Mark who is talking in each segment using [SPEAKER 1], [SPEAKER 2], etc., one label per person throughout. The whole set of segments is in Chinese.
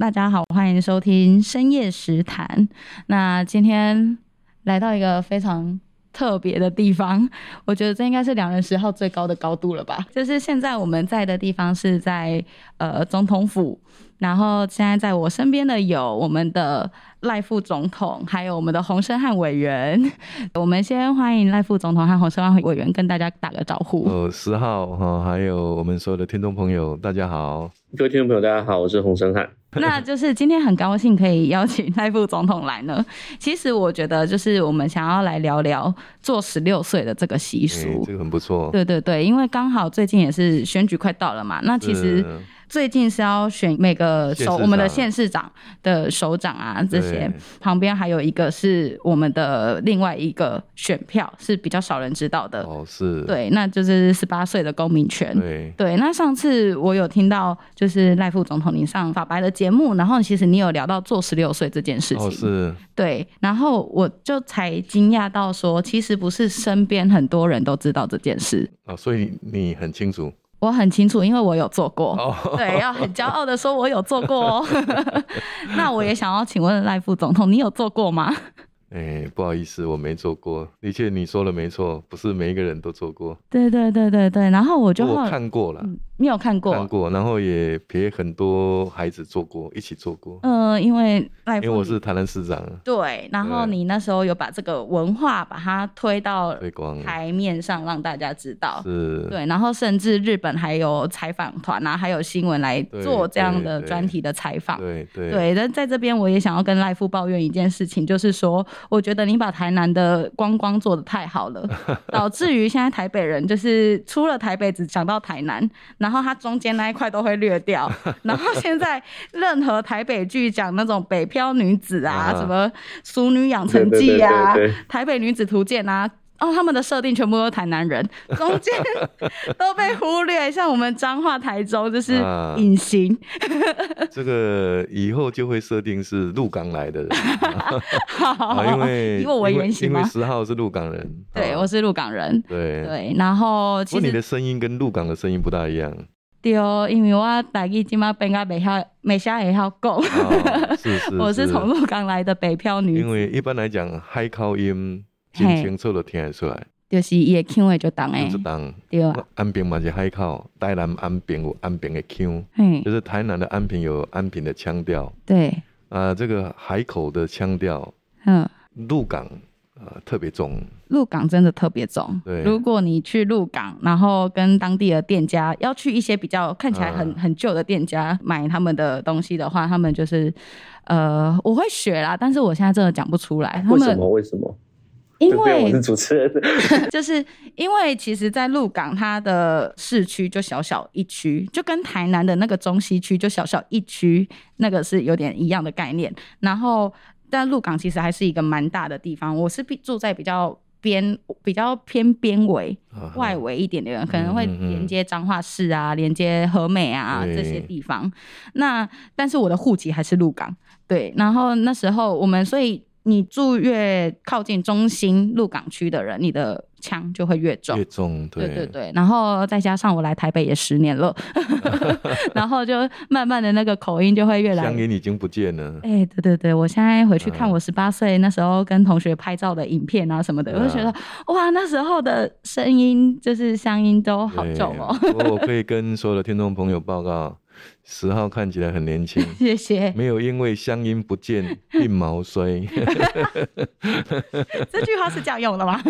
[SPEAKER 1] 大家好，欢迎收听深夜食谈。那今天来到一个非常特别的地方， 我觉得这应该是两人十号最高的高度了吧？就是现在我们在的地方是在呃总统府，然后现在在我身边的有我们的赖副总统，还有我们的洪胜汉委员。我们先欢迎赖副总统和洪胜汉委员跟大家打个招呼。
[SPEAKER 2] 呃，十号哈、哦还有我们所有的听众朋友，大家好。
[SPEAKER 3] 各位听众朋友，大家好，我是洪生汉。
[SPEAKER 1] 那就是今天很高兴可以邀请赖副总统来呢。其实我觉得，就是我们想要来聊聊做十六岁的这个习
[SPEAKER 2] 哎、
[SPEAKER 1] 俗。
[SPEAKER 2] 这个很不错。
[SPEAKER 1] 对对对，因为刚好最近也是选举快到了嘛，那其实
[SPEAKER 2] 嗯
[SPEAKER 1] 最近是要选每个
[SPEAKER 2] 县市
[SPEAKER 1] 首
[SPEAKER 2] 长
[SPEAKER 1] 我们的县市长的首长啊这些
[SPEAKER 2] 对，
[SPEAKER 1] 旁边还有一个是我们的另外一个选票是比较少人知道的，
[SPEAKER 2] 哦是，
[SPEAKER 1] 对，那就是十八岁的公民权。
[SPEAKER 2] 对
[SPEAKER 1] 对，那上次我有听到，就是赖副总统你上法白的节目，然后其实你有聊到做十六岁这件事情，
[SPEAKER 2] 哦是，
[SPEAKER 1] 对，然后我就才惊讶到说，其实不是身边很多人都知道这件事，
[SPEAKER 2] 哦所以你很清楚
[SPEAKER 1] 我很清楚，因为我有做过，
[SPEAKER 2] 哦。
[SPEAKER 1] 对，要很骄傲的说我有做过哦。 那我也想要请问赖副总统，你有做过吗？
[SPEAKER 2] 哎、不好意思，我没做过。的确，你说的没错，不是每一个人都做过。
[SPEAKER 1] 对对对对对，然后我就后
[SPEAKER 2] 我看过了，
[SPEAKER 1] 你有看嗯过
[SPEAKER 2] 看？过，然后也陪很多孩子做过，一起做过。
[SPEAKER 1] 嗯、因为赖
[SPEAKER 2] 因
[SPEAKER 1] 副
[SPEAKER 2] 为我是台南市长，
[SPEAKER 1] 对，然后
[SPEAKER 2] 对
[SPEAKER 1] 你那时候有把这个文化把它推到
[SPEAKER 2] 推广
[SPEAKER 1] 台面上让大家知道。
[SPEAKER 2] 嗯是，
[SPEAKER 1] 对，然后甚至日本还有采访团啊，还有新闻来
[SPEAKER 2] 对
[SPEAKER 1] 做这样
[SPEAKER 2] 对
[SPEAKER 1] 的
[SPEAKER 2] 对
[SPEAKER 1] 专题的采访。
[SPEAKER 2] 对对
[SPEAKER 1] 对，但在这边我也想要跟赖夫抱怨一件事情，就是说，我觉得你把台南的观光做得太好了，导致于现在台北人就是出了台北只想到台南，然后它中间那一块都会略掉，然后现在任何台北剧讲那种北漂女子啊，
[SPEAKER 2] 啊
[SPEAKER 1] 什么《熟女养
[SPEAKER 3] 对
[SPEAKER 1] 成
[SPEAKER 3] 对
[SPEAKER 1] 记
[SPEAKER 3] 对》
[SPEAKER 1] 啊，
[SPEAKER 3] 对对
[SPEAKER 1] 《台北女子图鉴》啊。哦，他们的设定全部都是台南 人，中间都被忽略。像我们彰化、台中就是
[SPEAKER 2] 啊
[SPEAKER 1] 隐形，
[SPEAKER 2] 这个以后就会设定是鹿港 来的人啊，因为
[SPEAKER 1] 以我哦为
[SPEAKER 2] 因
[SPEAKER 1] 原型
[SPEAKER 2] 因为
[SPEAKER 1] 吗
[SPEAKER 2] 十号是鹿港人，
[SPEAKER 1] 对，
[SPEAKER 2] 啊
[SPEAKER 1] 我是鹿港人。
[SPEAKER 2] 对。
[SPEAKER 1] 对，然后
[SPEAKER 2] 不
[SPEAKER 1] 其
[SPEAKER 2] 过你
[SPEAKER 1] 实
[SPEAKER 2] 的声音跟鹿港的声音不大 一样，
[SPEAKER 1] 对哦，因为我台语今嘛变啊北晓，美虾也要够。
[SPEAKER 2] 啊、是是，
[SPEAKER 1] 我是从
[SPEAKER 2] 鹿，
[SPEAKER 1] 鹿港来的北漂女
[SPEAKER 2] 因
[SPEAKER 1] 子，
[SPEAKER 2] 为一般来讲，嗨口音
[SPEAKER 1] 嘿
[SPEAKER 2] 真清楚的听得出来，
[SPEAKER 1] 就是伊的腔位就当诶
[SPEAKER 2] 就是，当
[SPEAKER 1] 对啊，
[SPEAKER 2] 我安平嘛是嗨口，台南安平有安平的腔，
[SPEAKER 1] 嘿
[SPEAKER 2] 就，是台南的安平有安平的腔调
[SPEAKER 1] 对，
[SPEAKER 2] 啊、这个海口的腔调，
[SPEAKER 1] 嗯，
[SPEAKER 2] 鹿港啊、呃特别重，
[SPEAKER 1] 鹿港真的特别重。
[SPEAKER 2] 对
[SPEAKER 1] 如果你去鹿港，然后跟当地的店家，要去一些比较看起来很、
[SPEAKER 3] 啊
[SPEAKER 2] 嗯
[SPEAKER 1] 很旧的店家买他们的东西的话，他们就是，呃，我会学啦，但是我现在真的讲不出来。他
[SPEAKER 3] 为什
[SPEAKER 1] 们
[SPEAKER 3] 么？为什么？
[SPEAKER 1] 因
[SPEAKER 3] 对不对
[SPEAKER 1] 为
[SPEAKER 3] 我是主持 人，
[SPEAKER 1] 就是因为其实，在鹿港它的市区就小小一区，就跟台南的那个中西区就小小一区，那个是有点一样的概念。然后，但鹿港其实还是一个蛮大的地方，我是比住在比较。边比较偏边围、
[SPEAKER 2] 啊
[SPEAKER 1] 外围一点的人，可能会
[SPEAKER 2] 嗯嗯嗯
[SPEAKER 1] 连接彰化市啊，连接和美啊
[SPEAKER 2] 对
[SPEAKER 1] 这些地方。那但是我的户籍还是鹿港，对。然后那时候我们，所以你住越靠近中心鹿港区的人，你的枪就会越重。
[SPEAKER 2] 越重，对
[SPEAKER 1] 对对对，然后再加上我来台北也十年了， 然后就慢慢的那个口音就会越来
[SPEAKER 2] 乡音已经不见了。
[SPEAKER 1] 哎、对对对，我现在回去看
[SPEAKER 2] 嗯
[SPEAKER 1] 我十八岁那时候跟同学拍照的影片啊什么的，我就觉得
[SPEAKER 2] 嗯
[SPEAKER 1] 哇，那时候的声音就是乡音都 好
[SPEAKER 2] 对
[SPEAKER 1] 重哦，，
[SPEAKER 2] 不过我可以跟所有的听众朋友报告，十号看起来很年轻
[SPEAKER 1] 谢谢。
[SPEAKER 2] 没有因为乡音 不见鬓毛衰。
[SPEAKER 1] 这句话是这样用的吗？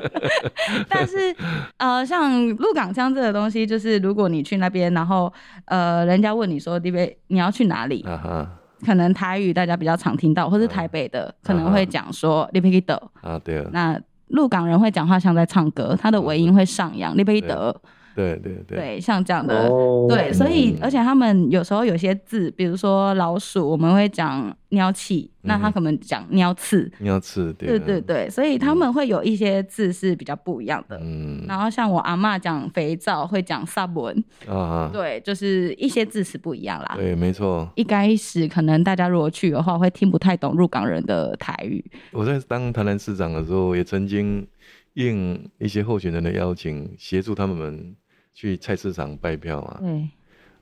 [SPEAKER 1] 但是，呃，像鹿港乡这个东西，就是如果你去那边，然后呃，人家问你说你北你要去哪里，
[SPEAKER 2] 啊哈
[SPEAKER 1] 可能台语大家比较常听到，或是
[SPEAKER 2] 嗯
[SPEAKER 1] 台北的可能会讲说你北去德，
[SPEAKER 2] 啊，对了，
[SPEAKER 1] 那鹿港人会讲话像在唱歌，他的尾音会上扬，你北去德，
[SPEAKER 2] 嗯对对对，
[SPEAKER 1] 对，像这样的。
[SPEAKER 3] 哦，
[SPEAKER 1] 对，所以
[SPEAKER 2] 嗯
[SPEAKER 1] 而且他们有时候有些字，比如说老鼠，我们会讲喵气，那他
[SPEAKER 2] 嗯
[SPEAKER 1] 可能讲喵刺，
[SPEAKER 2] 要吃对啊
[SPEAKER 1] 对
[SPEAKER 2] 了
[SPEAKER 1] 对，对，所以他们会有一些字是比较不一样的。
[SPEAKER 2] 嗯
[SPEAKER 1] 然后像我阿嬷讲肥皂会讲 sub 文，
[SPEAKER 2] 啊哈，
[SPEAKER 1] 对，就是一些字是不一样啦。
[SPEAKER 2] 对，没错。
[SPEAKER 1] 一开始可能大家如果去的话，会听不太懂入港人的台语。
[SPEAKER 2] 我在当台南市长的时候，也曾经应一些候选人的邀请，协助他们去菜市场拜票啊。
[SPEAKER 1] 对，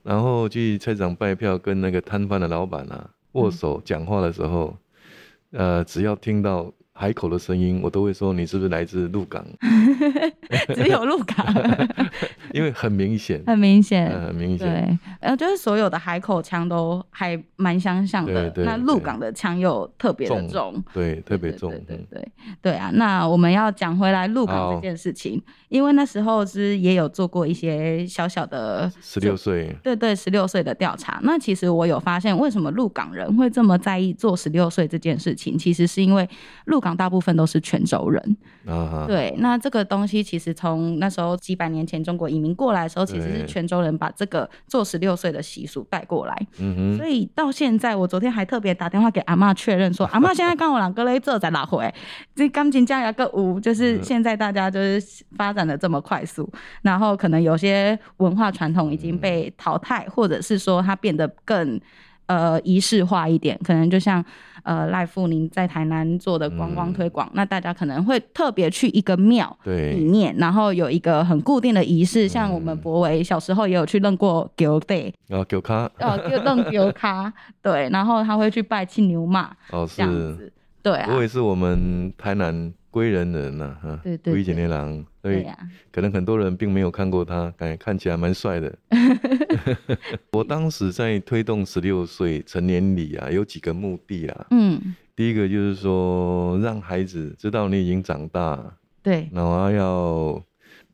[SPEAKER 2] 然后去菜市场拜票，跟那个摊贩的老板啊
[SPEAKER 1] 嗯
[SPEAKER 2] 握手讲话的时候，呃，只要听到海口的声音，我都会说你是不是来自鹿港，
[SPEAKER 1] 只有鹿港，
[SPEAKER 2] 因为很明显，
[SPEAKER 1] 很明显。
[SPEAKER 2] 呃很明显，
[SPEAKER 1] 对，呃，就是所有的海口腔都还蛮相像的
[SPEAKER 2] 对，对
[SPEAKER 1] 那鹿港的腔又特别的
[SPEAKER 2] 重
[SPEAKER 1] 重，
[SPEAKER 2] 对，特别
[SPEAKER 1] 对
[SPEAKER 2] 重
[SPEAKER 1] 对，对
[SPEAKER 2] 嗯
[SPEAKER 1] 对对对啊！那我们要讲回来鹿港这
[SPEAKER 2] 好
[SPEAKER 1] 件事情，因为那时候是也有做过一些小小的
[SPEAKER 2] 十六岁，
[SPEAKER 1] 对对十六岁的调查。那其实我有发现，为什么鹿港人会这么在意做十六岁这件事情，其实是因为鹿港大部分都是泉州人。
[SPEAKER 2] 啊哈，
[SPEAKER 1] 对，那这个东西其实从那时候几百年前中国移民过来的时候，其实是
[SPEAKER 2] 对
[SPEAKER 1] 泉州人把这个做十六岁的习俗带过来。
[SPEAKER 2] 嗯
[SPEAKER 1] 所
[SPEAKER 2] 哼，
[SPEAKER 1] 以到现在，我昨天还特别打电话给阿嬷确认 说，阿嬷现在跟我两个咧做在哪回？这钢琴家有个舞，就是
[SPEAKER 2] 嗯
[SPEAKER 1] 现在大家就是发展的这么快速，然后可能有些文化传统已经被淘汰，或者是说它变得更。呃，仪式化一点，可能就像呃赖富宁在台南做的观光
[SPEAKER 2] 嗯
[SPEAKER 1] 推广，那大家可能会特别去一个庙，里
[SPEAKER 2] 对，
[SPEAKER 1] 面，然后有一个很固定的仪式，像我们
[SPEAKER 2] 嗯
[SPEAKER 1] 博维小时候也有去认过牛 day，
[SPEAKER 2] 啊，九咖，
[SPEAKER 1] 呃，就认牛咖，对，然后他会去拜青牛嘛，
[SPEAKER 2] 哦
[SPEAKER 1] 这样子
[SPEAKER 2] 是，，
[SPEAKER 1] 对
[SPEAKER 2] 我
[SPEAKER 1] 啊，
[SPEAKER 2] 也是我们台南归仁人呐、啊，哈，
[SPEAKER 1] 对对
[SPEAKER 2] 龟井
[SPEAKER 1] 对
[SPEAKER 2] 内郎，所
[SPEAKER 1] 对啊
[SPEAKER 2] 以
[SPEAKER 1] 呀、
[SPEAKER 2] 可能很多人并没有看过他，感觉看起来蛮帅的。我当时在推动十六岁成年礼啊，有几个目的啦。
[SPEAKER 1] 嗯，
[SPEAKER 2] 第一个就是说，让孩子知道你已经长大，
[SPEAKER 1] 对，
[SPEAKER 2] 然后要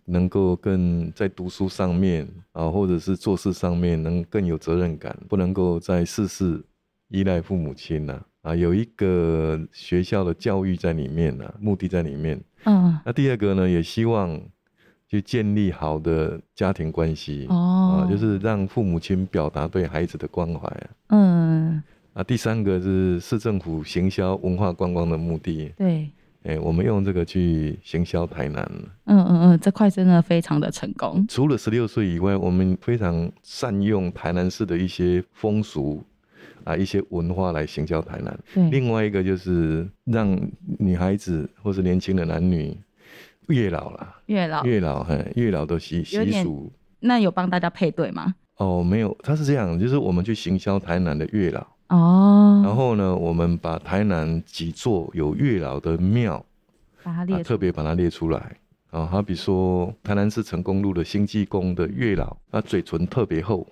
[SPEAKER 2] 能够更在读书上面啊，或者是做事上面能更有责任感，不能够再事事依赖父母亲呐、啊。有一个学校的教育在里面呐、目的在里面。
[SPEAKER 1] 嗯，
[SPEAKER 2] 那第二个呢，也希望去建立好的家庭关系、
[SPEAKER 1] 哦
[SPEAKER 2] 啊，，就是让父母亲表达对孩子的关怀啊。
[SPEAKER 1] 嗯，
[SPEAKER 2] 啊第三个是市政府行销文化观光的目的，
[SPEAKER 1] 对，
[SPEAKER 2] 哎、我们用这个去行销台南。
[SPEAKER 1] 嗯嗯嗯，这块真的非常的成功，
[SPEAKER 2] 除了十六岁以外，我们非常善用台南市的一些风俗啊，一些文化来行销台南。
[SPEAKER 1] 对，
[SPEAKER 2] 另外一个就是让女孩子或是年轻的男女月老啦，
[SPEAKER 1] 月老，
[SPEAKER 2] 月老嘿，月老的习
[SPEAKER 1] 有
[SPEAKER 2] 习
[SPEAKER 1] 点
[SPEAKER 2] 俗
[SPEAKER 1] 那有帮大家配对吗？
[SPEAKER 2] 哦，没有，他是这样，就是我们去行销台南的月老，然
[SPEAKER 1] 哦，
[SPEAKER 2] 后呢，我们把台南几座有月老的庙
[SPEAKER 1] 把它
[SPEAKER 2] 啊，
[SPEAKER 1] 列出，
[SPEAKER 2] 特别把它列出来啊。好比说，台南市成功路的兴济宫的月老，他嘴唇特别 厚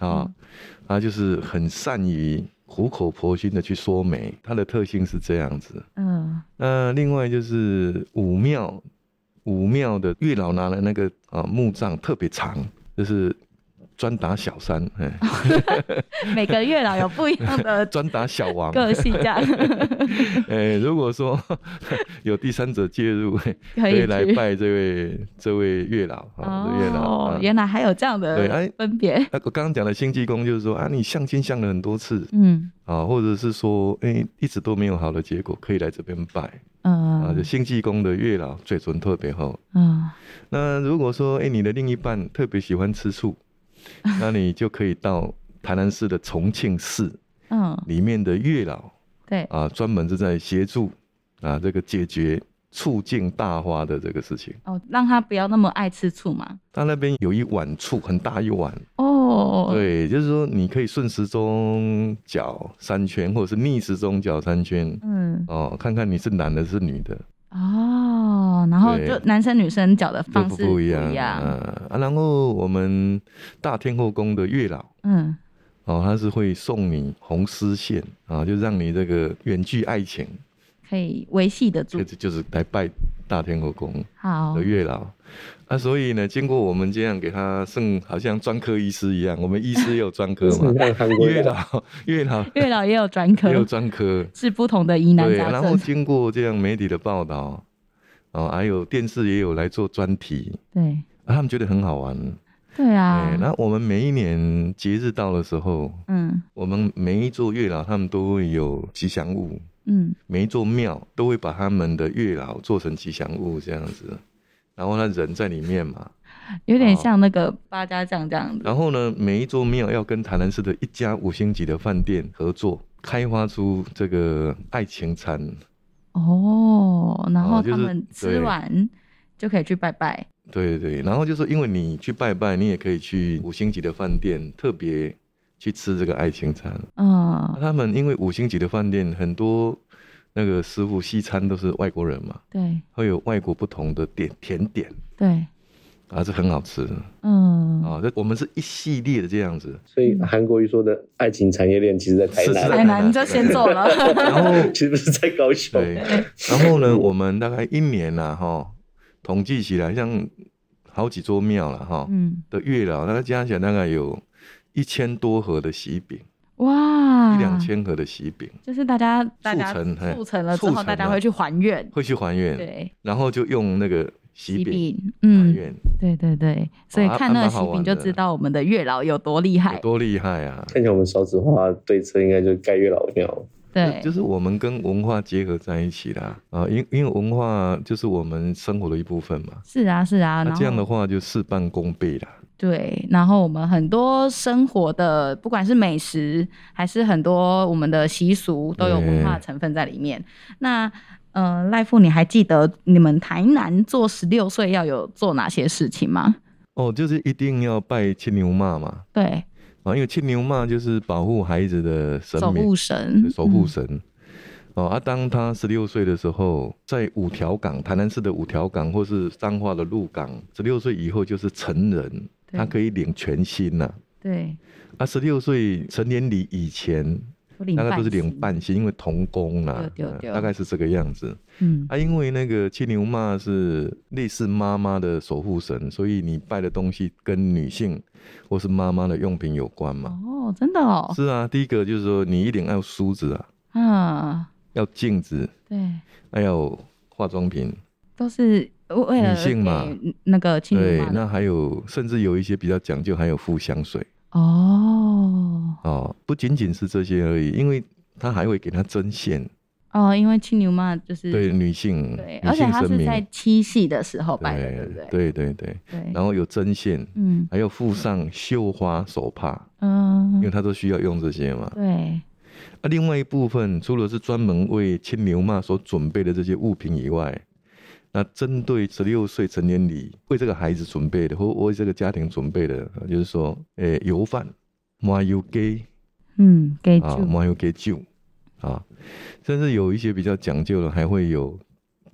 [SPEAKER 2] 啊，
[SPEAKER 1] 嗯
[SPEAKER 2] 他就是很善于苦口婆心的去说媒，他的特性是这样子。
[SPEAKER 1] 嗯，
[SPEAKER 2] 那另外就是武庙，武庙的月老拿的那个啊木杖特别长，就是专打小三，哎，
[SPEAKER 1] 每个月老有不一样 的
[SPEAKER 2] 专打小王。
[SPEAKER 1] 个性，这样
[SPEAKER 2] 哎，如果说 有第三者介入，嘿
[SPEAKER 1] 可
[SPEAKER 2] 可以
[SPEAKER 1] 以
[SPEAKER 2] 来
[SPEAKER 1] 去
[SPEAKER 2] 拜这位这位月老啊，这位月老。
[SPEAKER 1] 哦
[SPEAKER 2] 啊，
[SPEAKER 1] 原来还有这样
[SPEAKER 2] 对
[SPEAKER 1] 的
[SPEAKER 2] 哎
[SPEAKER 1] 分别。
[SPEAKER 2] 那我刚刚讲的星济宫就是说啊，你相亲相了很多次
[SPEAKER 1] 嗯
[SPEAKER 2] 啊，或者是说哎、一直都没有好的结果，可以来这边拜啊。就
[SPEAKER 1] 嗯
[SPEAKER 2] 星济宫的月老嘴唇特别厚。
[SPEAKER 1] 嗯，
[SPEAKER 2] 那如果说哎、你的另一半特别喜欢吃 醋，那你就可以到台南市的重庆市
[SPEAKER 1] 嗯，
[SPEAKER 2] 里面的月老
[SPEAKER 1] 对，
[SPEAKER 2] 啊，专门是在协助啊这个解决醋进大花的这个事情。
[SPEAKER 1] 哦，让他不要那么爱吃醋嘛。
[SPEAKER 2] 他那边有一碗醋，很大一碗，
[SPEAKER 1] 哦，，
[SPEAKER 2] 对，就是说你可以顺时钟搅三圈，或者是逆时钟搅三圈，
[SPEAKER 1] 嗯，
[SPEAKER 2] 哦，看看你是男的是女的，
[SPEAKER 1] 哦，然后
[SPEAKER 2] 对
[SPEAKER 1] 就男生女生搅的
[SPEAKER 2] 就
[SPEAKER 1] 方
[SPEAKER 2] 不
[SPEAKER 1] 式
[SPEAKER 2] 不
[SPEAKER 1] 一
[SPEAKER 2] 一样啊啊。然后我们大天后宫的月老。
[SPEAKER 1] 嗯，
[SPEAKER 2] 哦，他是会送你红丝线啊，就让你这个远距爱情，
[SPEAKER 1] 可以维系得住
[SPEAKER 2] 就。就是来拜大天后宫
[SPEAKER 1] 好
[SPEAKER 2] 的，月老。啊，所以呢，经过我们这样给他送，好像专科医师一样，我们医师也有专科嘛
[SPEAKER 3] 你，看韩国啊
[SPEAKER 2] 月
[SPEAKER 3] 人
[SPEAKER 2] 老月老
[SPEAKER 1] 月老也有专
[SPEAKER 2] 也有
[SPEAKER 1] 科，
[SPEAKER 2] 专科，
[SPEAKER 1] 是不同的疑难
[SPEAKER 2] 对，啊
[SPEAKER 1] 杂
[SPEAKER 2] 然后
[SPEAKER 1] 症。
[SPEAKER 2] 经过这样媒体的报道，哦，还有电视也有来做专题，
[SPEAKER 1] 对，
[SPEAKER 2] 啊、他们觉得很好玩。
[SPEAKER 1] 对啊
[SPEAKER 2] 哎、，那我们每一年节日到的时候，
[SPEAKER 1] 嗯
[SPEAKER 2] 我们每一座月老他们都会有吉祥物，
[SPEAKER 1] 嗯，
[SPEAKER 2] 每一座庙都会把他们的月老做成吉祥物这样子，然后呢人在里面嘛，
[SPEAKER 1] 有点
[SPEAKER 2] 哦
[SPEAKER 1] 像那个八家将这样子。
[SPEAKER 2] 然后呢每一座庙要跟台南市的一家五星级的饭店合作。开发出这个爱情餐，
[SPEAKER 1] 哦，然后
[SPEAKER 2] 哦就
[SPEAKER 1] 他
[SPEAKER 2] 是
[SPEAKER 1] 们吃
[SPEAKER 2] 对
[SPEAKER 1] 完就可以去拜拜。
[SPEAKER 2] 对对，然后就是因为你去拜拜，你也可以去五星级的饭店，特别去吃这个爱情餐。
[SPEAKER 1] 嗯，
[SPEAKER 2] 他们因为五星级的饭店很多那个师傅西餐都是外国人嘛，
[SPEAKER 1] 对
[SPEAKER 2] 会有外国不同的点甜点
[SPEAKER 1] 对，
[SPEAKER 2] 啊，是很好吃的
[SPEAKER 1] 嗯，
[SPEAKER 2] 啊。这我们是一系列的这样子，
[SPEAKER 3] 所以韩国瑜说的爱情产业链，其实在台
[SPEAKER 2] 是是
[SPEAKER 3] 南，
[SPEAKER 1] 台南你就先走了，
[SPEAKER 2] 然后
[SPEAKER 3] 其实不是在高雄。
[SPEAKER 2] 对，然后呢，我们大概一年啦哈，统计起来像好几座庙了哈
[SPEAKER 1] 嗯，
[SPEAKER 2] 的月老，大概加起来大概有一千多盒的喜饼，
[SPEAKER 1] 哇，
[SPEAKER 2] 一两，千盒的喜饼
[SPEAKER 1] 就是大家大家
[SPEAKER 2] 成嘿
[SPEAKER 1] 促成了之
[SPEAKER 2] 促
[SPEAKER 1] 后，
[SPEAKER 2] 成
[SPEAKER 1] 大家
[SPEAKER 2] 了
[SPEAKER 1] 会去还愿，
[SPEAKER 2] 会去还愿，
[SPEAKER 1] 对，
[SPEAKER 2] 然后就用那个喜
[SPEAKER 1] 喜
[SPEAKER 2] 饼
[SPEAKER 1] 饼，
[SPEAKER 2] 还
[SPEAKER 1] 嗯，
[SPEAKER 2] 愿，哦
[SPEAKER 1] 对对对，所以
[SPEAKER 2] 还
[SPEAKER 1] 看那个
[SPEAKER 2] 蛮
[SPEAKER 1] 喜
[SPEAKER 2] 好
[SPEAKER 1] 饼
[SPEAKER 2] 玩
[SPEAKER 1] 就
[SPEAKER 2] 的
[SPEAKER 1] 知道我们的月老有多厉害
[SPEAKER 2] 有，多厉害啊！
[SPEAKER 3] 看起来我们少子化对策应该就是盖月老庙，
[SPEAKER 1] 对，
[SPEAKER 2] 就是我们跟文化结合在一起啦，啊，因因为文化就是我们生活的一部分嘛，
[SPEAKER 1] 是啊是啊，
[SPEAKER 2] 那、
[SPEAKER 1] 然
[SPEAKER 2] 这样的
[SPEAKER 1] 后
[SPEAKER 2] 话就事半功倍啦。
[SPEAKER 1] 对，然后我们很多生活的，不管是美食还是很多我们的习俗，都有文化
[SPEAKER 2] 对
[SPEAKER 1] 成分在里面。那呃，赖父，你还记得你们台南做十六岁要有做哪些事情吗？
[SPEAKER 2] 哦，就是一定要拜青牛妈嘛，
[SPEAKER 1] 对，
[SPEAKER 2] 啊，因为青牛嘛，就是保护孩子的神
[SPEAKER 1] 守
[SPEAKER 2] 明
[SPEAKER 1] 护，神
[SPEAKER 2] 对，守护
[SPEAKER 1] 嗯，
[SPEAKER 2] 神。哦，啊，当他十六岁的时候，在五条港，台南市的五条港或是彰化的鹿港，十六岁以后就是成人，
[SPEAKER 1] 对
[SPEAKER 2] 他可以领全薪呐、啊。啊
[SPEAKER 1] 对，
[SPEAKER 2] 十六岁成年礼以前，
[SPEAKER 1] 我领
[SPEAKER 2] 大概都是领
[SPEAKER 1] 薪，
[SPEAKER 2] 半薪，因为童工啦、
[SPEAKER 1] 对对
[SPEAKER 2] 嗯
[SPEAKER 1] 对
[SPEAKER 2] 大概是这个样子。
[SPEAKER 1] 嗯，
[SPEAKER 2] 啊，因为那个青牛妈是类似妈妈的守护神，所以你拜的东西跟女性或是妈妈的用品有关嘛。
[SPEAKER 1] 哦，真的哦，
[SPEAKER 2] 是啊，第一个就是说你一定要有梳子啊，
[SPEAKER 1] 嗯，
[SPEAKER 2] 要镜子，
[SPEAKER 1] 对，
[SPEAKER 2] 还有化妆品，
[SPEAKER 1] 都是为了
[SPEAKER 2] 女性嘛
[SPEAKER 1] 给那个亲
[SPEAKER 2] 对
[SPEAKER 1] 人嘛，
[SPEAKER 2] 那还有甚至有一些比较讲究，还有附香水
[SPEAKER 1] 哦
[SPEAKER 2] 哦，不仅仅是这些而已，因为他还会给他针线，
[SPEAKER 1] 哦，因为青牛嘛，就是
[SPEAKER 2] 对女性，
[SPEAKER 1] 对
[SPEAKER 2] 女
[SPEAKER 1] 而且
[SPEAKER 2] 性
[SPEAKER 1] 它
[SPEAKER 2] 神
[SPEAKER 1] 是在
[SPEAKER 2] 明，
[SPEAKER 1] 七夕的时候拜的，对不
[SPEAKER 2] 对
[SPEAKER 1] 对？
[SPEAKER 2] 对对对，
[SPEAKER 1] 对，
[SPEAKER 2] 然后有针线，
[SPEAKER 1] 嗯
[SPEAKER 2] 还要附上绣花手帕，因为
[SPEAKER 1] 嗯，
[SPEAKER 2] 他都需要用这些嘛。
[SPEAKER 1] 对，
[SPEAKER 2] 啊，另外一部分除了是专门为牵牛妈所准备的这些物品以外，那针对十六岁成年礼为这个孩子准备的，或为这个家庭准备的，呃就是说，诶、油饭、麻油鸡
[SPEAKER 1] 嗯，给
[SPEAKER 2] 啊，
[SPEAKER 1] 住，
[SPEAKER 2] 麻油鸡酒啊，甚至有一些比较讲究的，还会有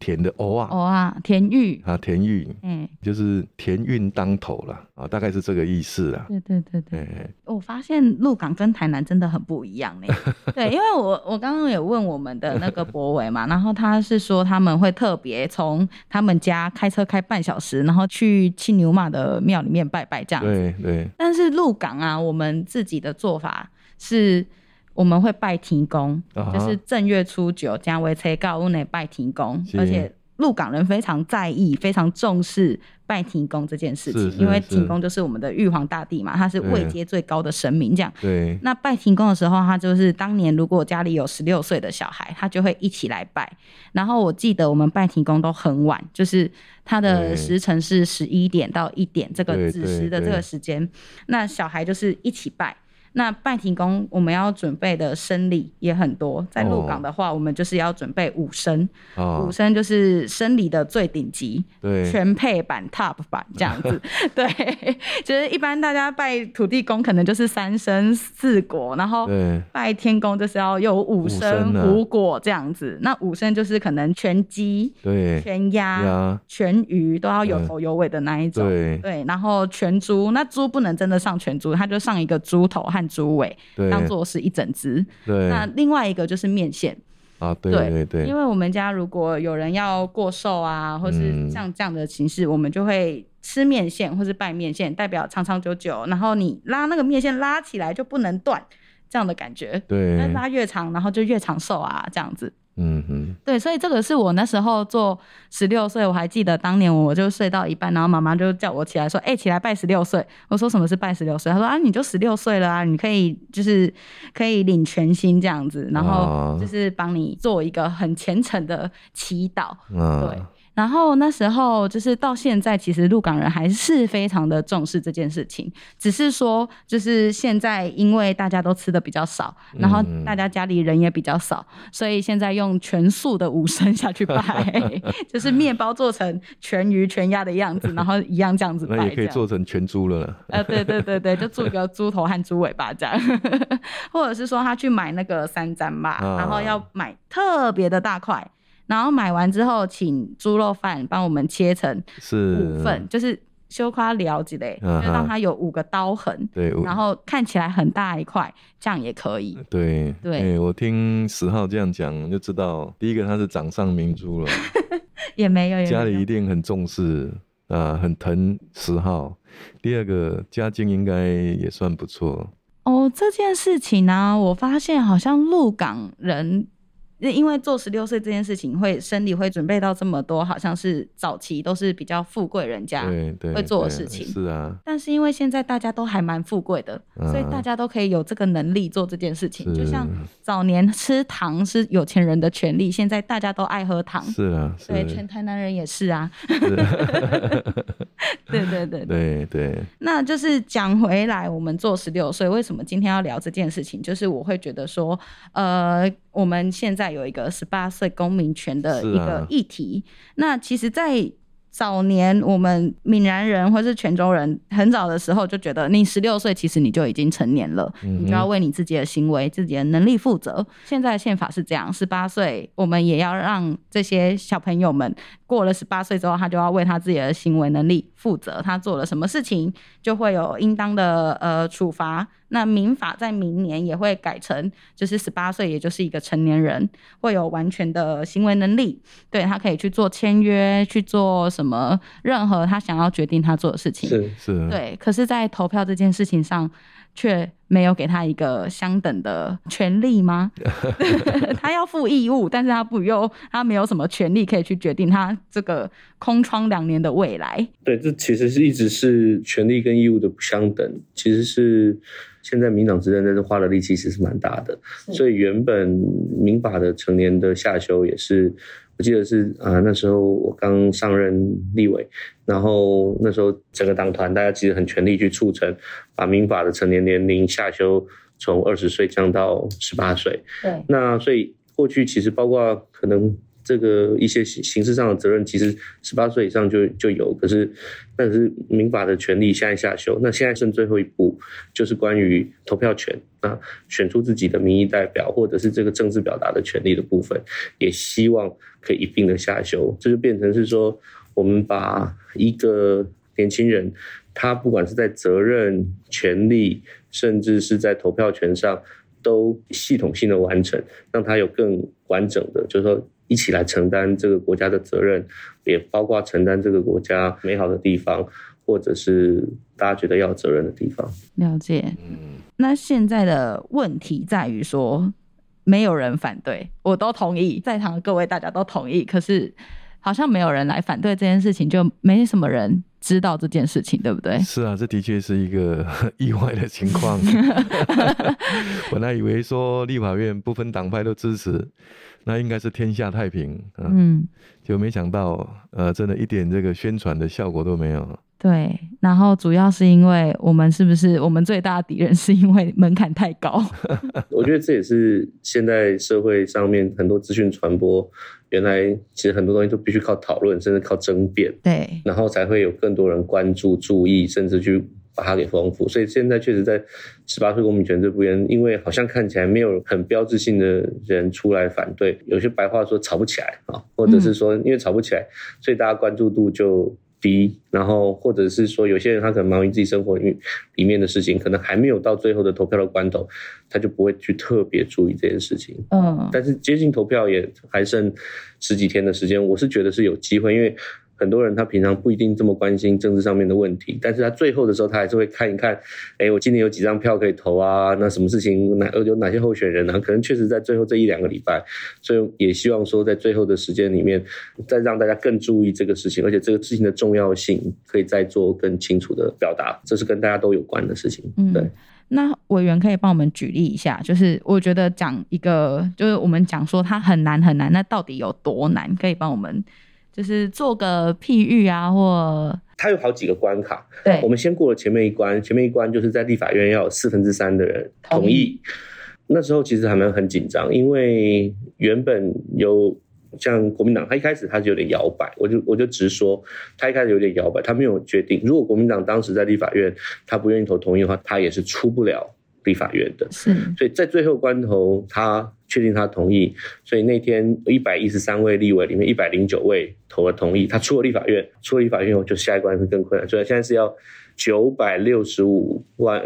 [SPEAKER 2] 甜的藕啊，
[SPEAKER 1] 哦啊，田玉，
[SPEAKER 2] 啊，甜玉
[SPEAKER 1] 哎，
[SPEAKER 2] 就是甜运当头啦，啊，大概是这个意思啦。
[SPEAKER 1] 对对对
[SPEAKER 2] 哎、
[SPEAKER 1] 对，我发现鹿港跟台南真的很不一样呢。对，因为我我刚刚有问我们的那个博伟嘛，然后他是说他们会特别从他们家开车开半小时，然后去青牛马的庙里面拜拜这样子。
[SPEAKER 2] 对对，
[SPEAKER 1] 但是鹿港啊，我们自己的做法是，我们会拜提公，
[SPEAKER 2] 啊哈
[SPEAKER 1] 就是正月初九，加维车告屋内拜提公，
[SPEAKER 2] 是
[SPEAKER 1] 而且鹿港人非常在意、非常重视拜提公这件事情，
[SPEAKER 2] 是是
[SPEAKER 1] 因为
[SPEAKER 2] 是嗯
[SPEAKER 1] 提公就是我们的玉皇大帝嘛，他是位阶最高的神明，这样。
[SPEAKER 2] 对，
[SPEAKER 1] 那拜停工的时候，他就是当年如果家里有十六岁的小孩，他就会一起来拜。然后我记得我们拜停工都很晚，就是他的
[SPEAKER 2] 对
[SPEAKER 1] 时辰是十一点到一点这个
[SPEAKER 2] 对
[SPEAKER 1] 子时的这
[SPEAKER 2] 对
[SPEAKER 1] 个
[SPEAKER 2] 对
[SPEAKER 1] 时间，那小孩就是一起拜。那拜停工，我们要准备的生理也很多。在鹿港
[SPEAKER 2] 哦
[SPEAKER 1] 的话，我们就是要准备五生，
[SPEAKER 2] 啊
[SPEAKER 1] 五，生就是生理的最顶级，
[SPEAKER 2] 对，
[SPEAKER 1] 全配版、top 版这样 子。对，就是一般大家拜土地公可能就是三生四果，然后
[SPEAKER 2] 对，
[SPEAKER 1] 拜天公就是要有五生
[SPEAKER 2] 五生啊
[SPEAKER 1] 五果这样子。那五生就是可能全鸡、
[SPEAKER 2] 对，
[SPEAKER 1] 全鸭、
[SPEAKER 2] 呀，
[SPEAKER 1] 全鱼都要有
[SPEAKER 2] 嗯
[SPEAKER 1] 头有尾的那一种。
[SPEAKER 2] 对，
[SPEAKER 1] 对，然后全猪，那猪不能真的上全猪，它就上一个猪头和猪尾，
[SPEAKER 2] 对，
[SPEAKER 1] 当做是一整只。
[SPEAKER 2] 对
[SPEAKER 1] 那另外一个就是面线，
[SPEAKER 2] 啊，对
[SPEAKER 1] 对
[SPEAKER 2] 对
[SPEAKER 1] 因
[SPEAKER 2] 对，
[SPEAKER 1] 为我们家如果有人要过寿啊，或是
[SPEAKER 2] 嗯
[SPEAKER 1] 像这样的形式，我们就会吃面线或是拜面线，代表长长久久。然后你拉那个面线拉起来就不能断，这样的感觉。那
[SPEAKER 2] 对，
[SPEAKER 1] 拉越长，然后就越长寿啊，这样子。
[SPEAKER 2] 嗯嗯，
[SPEAKER 1] 对，所以这个是我那时候做十六岁，我还记得当年我就睡到一半，然后妈妈就叫我起来说：“哎、起来拜十六岁。”我说：“什么是拜十六岁？”她说：“啊，你就十六岁了啊，你可以就是可以领全薪这样子，然后
[SPEAKER 2] 啊
[SPEAKER 1] 就是帮你做一个很虔诚的祈祷。”对
[SPEAKER 2] 啊，
[SPEAKER 1] 然后那时候就是到现在，其实鹿港人还是非常的重视这件事情，只是说就是现在因为大家都吃的比较少，然后
[SPEAKER 2] 嗯
[SPEAKER 1] 大家家里人也比较少，所以现在用全素的五牲下去拜， 就是面包做成全鱼全鸭的样子，然后一样这样子拜这
[SPEAKER 2] 那
[SPEAKER 1] 样，
[SPEAKER 2] 也可以做成全猪了啦。
[SPEAKER 1] 呃，对对对对，就做一个猪头和猪尾巴这样， 或者是说他去买那个三珍嘛，
[SPEAKER 2] 啊
[SPEAKER 1] 然后要买特别的大块，然后买完之后请猪肉贩帮我们切成
[SPEAKER 2] 是
[SPEAKER 1] 五份，就是修夸了之类，
[SPEAKER 2] 啊哈
[SPEAKER 1] 就让它有五个刀痕，
[SPEAKER 2] 对，我
[SPEAKER 1] 然后看起来很大一块，这样也可
[SPEAKER 2] 呃
[SPEAKER 1] 以。
[SPEAKER 2] 对
[SPEAKER 1] 对
[SPEAKER 2] 哎我听十号这样讲就知道，第一个他是掌上明珠了，
[SPEAKER 1] 也没有，也没有
[SPEAKER 2] 家里一定很重视啊，很疼十号。第二个家境应该也算不错，
[SPEAKER 1] 哦，这件事情呢、我发现好像鹿港人，因为做十六岁这件事情会，生理会准备到这么多，好像是早期都是比较富贵人家。
[SPEAKER 2] 对对，
[SPEAKER 1] 啊会做的
[SPEAKER 2] 对
[SPEAKER 1] 事情
[SPEAKER 2] 是啊，
[SPEAKER 1] 但是因为现在大家都还蛮富贵的，
[SPEAKER 2] 嗯
[SPEAKER 1] 所以大家都可以有这个能力做这件事情。
[SPEAKER 2] 是
[SPEAKER 1] 就像早年吃糖是有钱人的权利，现在大家都爱喝糖，
[SPEAKER 2] 是啊，是
[SPEAKER 1] 对，全台南人也是啊。 对对对对，
[SPEAKER 2] 对对，
[SPEAKER 1] 那就是讲回来，我们做十六岁，为什么今天要聊这件事情？就是我会觉得说，呃，我们现在有一个十八岁公民权的
[SPEAKER 2] 是
[SPEAKER 1] 一
[SPEAKER 2] 啊
[SPEAKER 1] 个议题。那其实，在早年我们闽南人或是泉州人很早的时候就觉得，你十六岁其实你就已经成年了，
[SPEAKER 2] 嗯哼
[SPEAKER 1] 你就要为你自己的行为、自己的能力负责。现在的宪法是这样，十八岁我们也要让这些小朋友们过了十八岁之后，他就要为他自己的行为能力负责，他做了什么事情就会有应当的呃处罚。那民法在明年也会改成，就是十八岁，也就是一个成年人，会有完全的行为能力，对他可以去做签约，去做什么任何他想要决定他做的事情。
[SPEAKER 3] 是
[SPEAKER 2] 是，啊
[SPEAKER 1] 对，可是，在投票这件事情上，却没有给他一个相等的权利吗？他要负义务，但是他不用，他没有什么权利可以去决定他这个空窗两年的未来。
[SPEAKER 3] 对，这其实是一直是权利跟义务的不相等，其实是现在民党执政在这花的力气其实是蛮大的，所以原本民法的成年的下修也是，我记得是啊、那时候我刚上任立委，然后那时候整个党团大家其实很全力去促成，把民法的成年年龄下修从二十岁降到十八岁，
[SPEAKER 1] 对，
[SPEAKER 3] 那所以过去其实包括可能这个一些形形式上的责任，其实十八岁以上就就有，可是但是民法的权利现在下修，那现在剩最后一步就是关于投票权啊，选出自己的民意代表或者是这个政治表达的权利的部分，也希望可以一并的下修，这就变成是说我们把一个年轻人。他不管是在责任、权利，甚至是在投票权上，都系统性的完成，让他有更完整的，就是说一起来承担这个国家的责任，也包括承担这个国家美好的地方，或者是大家觉得要有责任的地方。
[SPEAKER 1] 了解。
[SPEAKER 2] 嗯，
[SPEAKER 1] 那现在的问题在于说，没有人反对，我都同意，在场的各位大家都同意，可是好像没有人来反对这件事情，就没什么人知道这件事情，对不对？
[SPEAKER 2] 是啊，这的确是一个 意外的情 况。本来以为说立法院不分党派都支持，那应该是天下太平，嗯，
[SPEAKER 1] 嗯，
[SPEAKER 2] 就没想到，呃，真的一点这个宣传的效果都没有。
[SPEAKER 1] 对，然后主要是因为我们是不是我们最大的敌人是因为门槛太高？
[SPEAKER 3] 我觉得这也是现在社会上面很多资讯传播，原来其实很多东西都必须靠讨论，甚至靠争辩。
[SPEAKER 1] 对，
[SPEAKER 3] 然后才会有更多人关注、注意，甚至去把它给丰富。所以现在确实在十八岁公民权这边，因为好像看起来没有很标志性的人出来反对，有些白话说吵不起来啊，或者是说因为吵不起来，所以大家关注度就。低，然后或者是说，有些人他可能忙于自己生活里里面的事情，可能还没有到最后的投票的关头，他就不会去特别注意这件事情。
[SPEAKER 1] 嗯，
[SPEAKER 3] 但是接近投票也还剩十几天的时间，我是觉得是有机会，因为很多人他平常不一定这么关心政治上面的问题，但是他最后的时候他还是会看一看，哎，我今年有几张票可以投啊？那什么事情哪有哪些候选人啊？可能确实在最后这一两个礼拜，所以也希望说在最后的时间里面，再让大家更注意这个事情，而且这个事情的重要性可以再做更清楚的表达，这是跟大家都有关的事情。
[SPEAKER 1] 嗯
[SPEAKER 3] 对。
[SPEAKER 1] 那委员可以帮我们举例一下，就是我觉得讲一个，就是我们讲说它很难很难，那到底有多难？可以帮我们就是做个譬喻啊，或
[SPEAKER 3] 它有好几个关卡，
[SPEAKER 1] 对
[SPEAKER 3] 我们先过了前面一关，前面一关就是在立法院要有四分之三的人
[SPEAKER 1] 同意
[SPEAKER 3] 同意。那时候其实还蛮很紧张，因为原本有像国民党，他一开始他就有点摇摆，我就我就直说，他一开始有点摇摆，他没有决定。如果国民党当时在立法院他不愿意投同意的话，他也是出不了立法院的。
[SPEAKER 1] 是
[SPEAKER 3] 所以在最后关头，他确定他同意，所以那天一百一十三位立委里面，一百零九位投了同意，他出了立法院，出了立法院后，就下一关是更困难，所以现在是要九百六十五万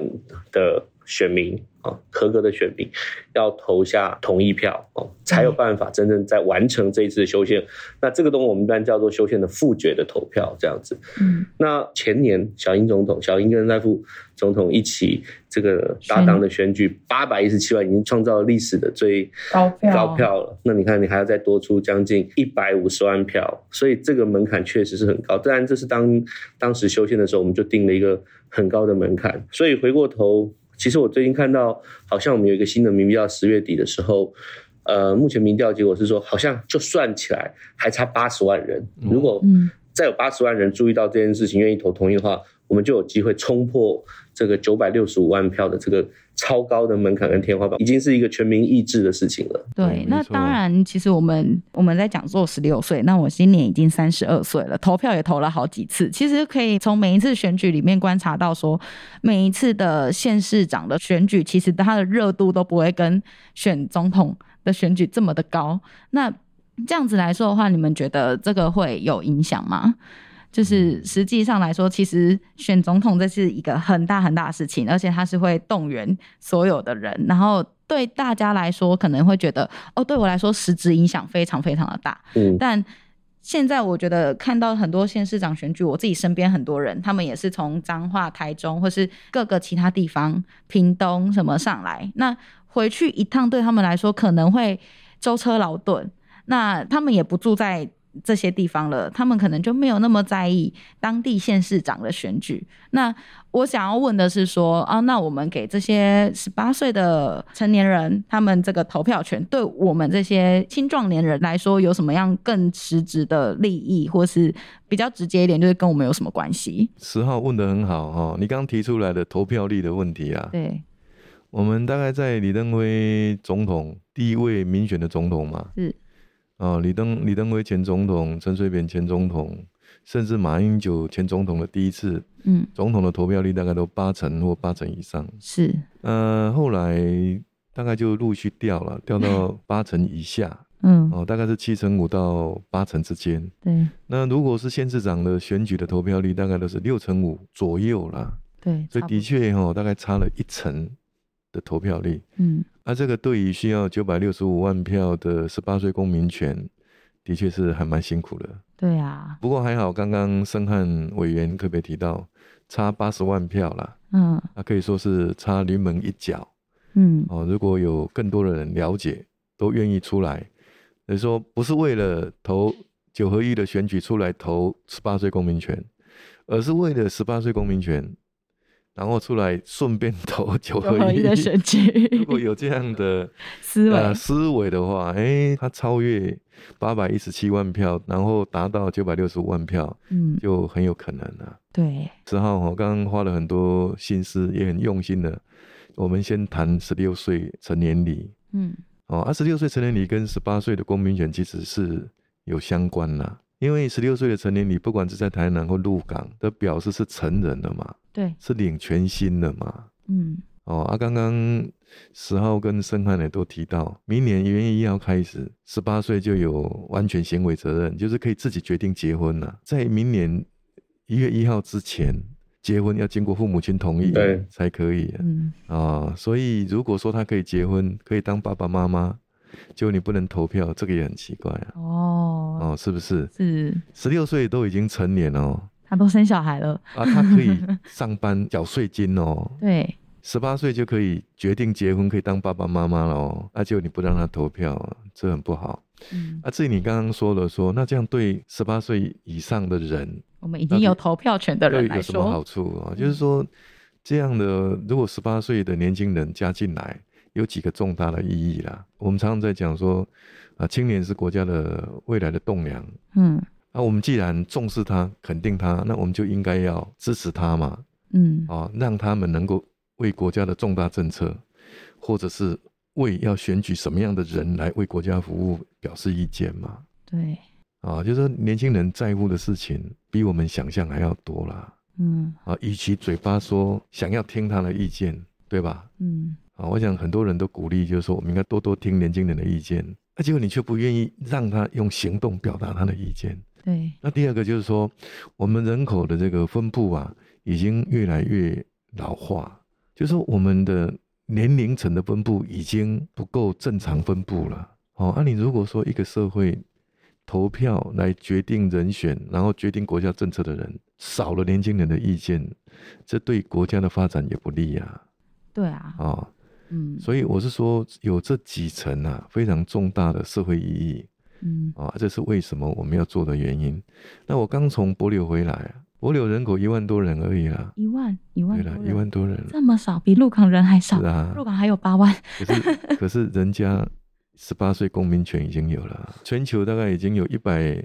[SPEAKER 3] 的选民啊，合格的选民要投下同意票哦，才有办法真正在完成这一次的修宪。那这个东西我们一般叫做修宪的复决的投票，这样子。
[SPEAKER 1] 嗯
[SPEAKER 3] 那前年小英总统、小英跟赖副总统一起这个搭档的选举，八百一十七万已经创造了历史的最
[SPEAKER 1] 高票
[SPEAKER 3] 高票了。那你看，你还要再多出将近一百五十万票，所以这个门槛确实是很高。当然，这是当当时修宪的时候，我们就定了一个很高的门槛。所以回过头，其实我最近看到，好像我们有一个新的民调，十月底的时候。呃，目前民调结果是说，好像就算起来还差八十万人。如果
[SPEAKER 1] 嗯
[SPEAKER 3] 再有八十万人注意到这件事情，愿意投同意的话，我们就有机会冲破这个九百六十五万票的这个超高的门槛跟天花板，已经是一个全民意志的事情了。
[SPEAKER 1] 对
[SPEAKER 2] 嗯，
[SPEAKER 1] 那
[SPEAKER 2] 没错
[SPEAKER 1] 当然，其实我们我们在讲座十六岁，那我今年已经三十二岁了，投票也投了好几次。其实可以从每一次选举里面观察到说，每一次的县市长的选举，其实它的热度都不会跟选总统的选举这么的高。那这样子来说的话，你们觉得这个会有影响吗？就是实际上来说，其实选总统这是一个很大很大的事情，而且它是会动员所有的人，然后对大家来说可能会觉得，哦，对我来说实质影响非常非常的大。
[SPEAKER 3] 嗯，
[SPEAKER 1] 但现在我觉得看到很多县市长选举，我自己身边很多人，他们也是从彰化、台中或是各个其他地方、屏东什么上来，那回去一趟对他们来说可能会舟车劳顿，那他们也不住在。这些地方了，他们可能就没有那么在意当地县市长的选举。那我想要问的是说，啊，那我们给这些十八岁的成年人，他们这个投票权，对我们这些青壮年人来说，有什么样更实质的利益，或是比较直接一点，就是跟我们有什么关系？
[SPEAKER 2] 十号问的很好哦，你刚刚提出来的投票率的问题啊，
[SPEAKER 1] 对，
[SPEAKER 2] 我们大概在李登辉总统第一位民选的总统嘛，
[SPEAKER 1] 是，
[SPEAKER 2] 啊，李登李登辉前总统、陈水扁前总统，甚至马英九前总统的第一次
[SPEAKER 1] 嗯，
[SPEAKER 2] 总统的投票率大概都八成或八成以上，
[SPEAKER 1] 是，
[SPEAKER 2] 呃，后来大概就陆续掉了，掉到八成以下，
[SPEAKER 1] 嗯，
[SPEAKER 2] 哦，大概是七成五到八成之间。
[SPEAKER 1] 对，
[SPEAKER 2] 那如果是县市长的选举的投票率，大概都是六成五左右啦，
[SPEAKER 1] 对，差
[SPEAKER 2] 所以
[SPEAKER 1] 不
[SPEAKER 2] 的
[SPEAKER 1] 多，
[SPEAKER 2] 确哈、哦，大概差了一成的投票率。
[SPEAKER 1] 嗯，
[SPEAKER 2] 啊，这个对于需要九百六十五万票的十八岁公民权，的确是还蛮辛苦的。
[SPEAKER 1] 对啊，
[SPEAKER 2] 不过还好，刚刚申汉委员特别提到，差八十万票啦，
[SPEAKER 1] 嗯
[SPEAKER 2] 那可以说是差临门一脚
[SPEAKER 1] 嗯，
[SPEAKER 2] 哦。如果有更多的人了解，都愿意出来，等于说不是为了投九合一的选举出来投十八岁公民权，而是为了十八岁公民权，然后出来顺便 投九
[SPEAKER 1] 有合
[SPEAKER 2] 合
[SPEAKER 1] 一
[SPEAKER 2] 一
[SPEAKER 1] 的选
[SPEAKER 2] 如
[SPEAKER 1] 举
[SPEAKER 2] 果有这样的
[SPEAKER 1] 思维
[SPEAKER 2] 呃，思维的话，哎，他超越八百一十七万票，然后达到九百六十五万票，
[SPEAKER 1] 嗯，
[SPEAKER 2] 就很有可能了、
[SPEAKER 1] 对，
[SPEAKER 2] 十号我哦刚刚花了很多心思，也很用心的。我们先谈十六岁成年礼
[SPEAKER 1] 嗯，
[SPEAKER 2] 哦，二十六岁成年礼跟十八岁的公民权其实是有相关啦。因为十六岁的成年礼，不管是在台南或鹿港，都表示是成人了嘛，
[SPEAKER 1] 对，
[SPEAKER 2] 是领全新的嘛。
[SPEAKER 1] 嗯，
[SPEAKER 2] 哦，啊，刚刚十号跟申汉也都提到，明年一月一号开始，十八岁就有完全行为责任，就是可以自己决定结婚了、在明年一月一号之前，结婚要经过父母亲同意
[SPEAKER 3] 对
[SPEAKER 2] 才可以啊、
[SPEAKER 1] 嗯，
[SPEAKER 2] 所以如果说他可以结婚，可以当爸爸妈妈，就你不能投票，这个也很奇怪啊。
[SPEAKER 1] 哦，
[SPEAKER 2] 哦，是不是？
[SPEAKER 1] 是，
[SPEAKER 2] 十六岁都已经成年哦，
[SPEAKER 1] 他都生小孩了，
[SPEAKER 2] 啊，他可以上班缴税金哦，
[SPEAKER 1] 对，
[SPEAKER 2] 十八岁就可以决定结婚，可以当爸爸妈妈了哦，那、就你不让他投票，啊这很不好。
[SPEAKER 1] 嗯，
[SPEAKER 2] 啊，至于你刚刚说的说，那这样对十八岁以上的人，
[SPEAKER 1] 我们已
[SPEAKER 2] 到
[SPEAKER 1] 经
[SPEAKER 2] 底
[SPEAKER 1] 有投票权的
[SPEAKER 2] 对
[SPEAKER 1] 人
[SPEAKER 2] 有
[SPEAKER 1] 来
[SPEAKER 2] 什么
[SPEAKER 1] 说嗯
[SPEAKER 2] 好，处啊？就是说，这样的如果十八岁的年轻人加进来，有几个重大的意义啦。我们常常在讲说，啊，青年是国家的未来的栋梁。
[SPEAKER 1] 嗯，
[SPEAKER 2] 啊，我们既然重视他、肯定他，那我们就应该要支持他嘛，
[SPEAKER 1] 嗯
[SPEAKER 2] 啊，让他们能够为国家的重大政策，或者是为要选举什么样的人来为国家服务表示意见嘛。
[SPEAKER 1] 对，
[SPEAKER 2] 啊，就是说年轻人在乎的事情比我们想象还要多啦。
[SPEAKER 1] 嗯
[SPEAKER 2] 啊，与其嘴巴说想要听他的意见，对吧？
[SPEAKER 1] 嗯
[SPEAKER 2] 啊，我想很多人都鼓励，就是说我们应该多多听年轻人的意见，那、结果你却不愿意让他用行动表达他的意见。
[SPEAKER 1] 对，
[SPEAKER 2] 那第二个就是说，我们人口的这个分布啊，已经越来越老化，就是说我们的年龄层的分布已经不够正常分布了。哦，那、你如果说一个社会投票来决定人选，然后决定国家政策的人少了年轻人的意见，这对国家的发展也不利啊。
[SPEAKER 1] 对啊，
[SPEAKER 2] 啊、哦，
[SPEAKER 1] 嗯
[SPEAKER 2] 所以我是说，有这几层啊，非常重大的社会意义。
[SPEAKER 1] 嗯
[SPEAKER 2] 啊，这是为什么我们要做的原因。那我刚从博柳回来啊，博柳人口一万多人而已啦，
[SPEAKER 1] 一万一万
[SPEAKER 2] 对
[SPEAKER 1] 多
[SPEAKER 2] 啦，
[SPEAKER 1] 人，
[SPEAKER 2] 一万多人，
[SPEAKER 1] 这么少，比鹿港人还少
[SPEAKER 2] 是，啊
[SPEAKER 1] 鹿。港还有八万，
[SPEAKER 2] 可是 可是人家十八岁公民权已经有了，全球大概已经有一百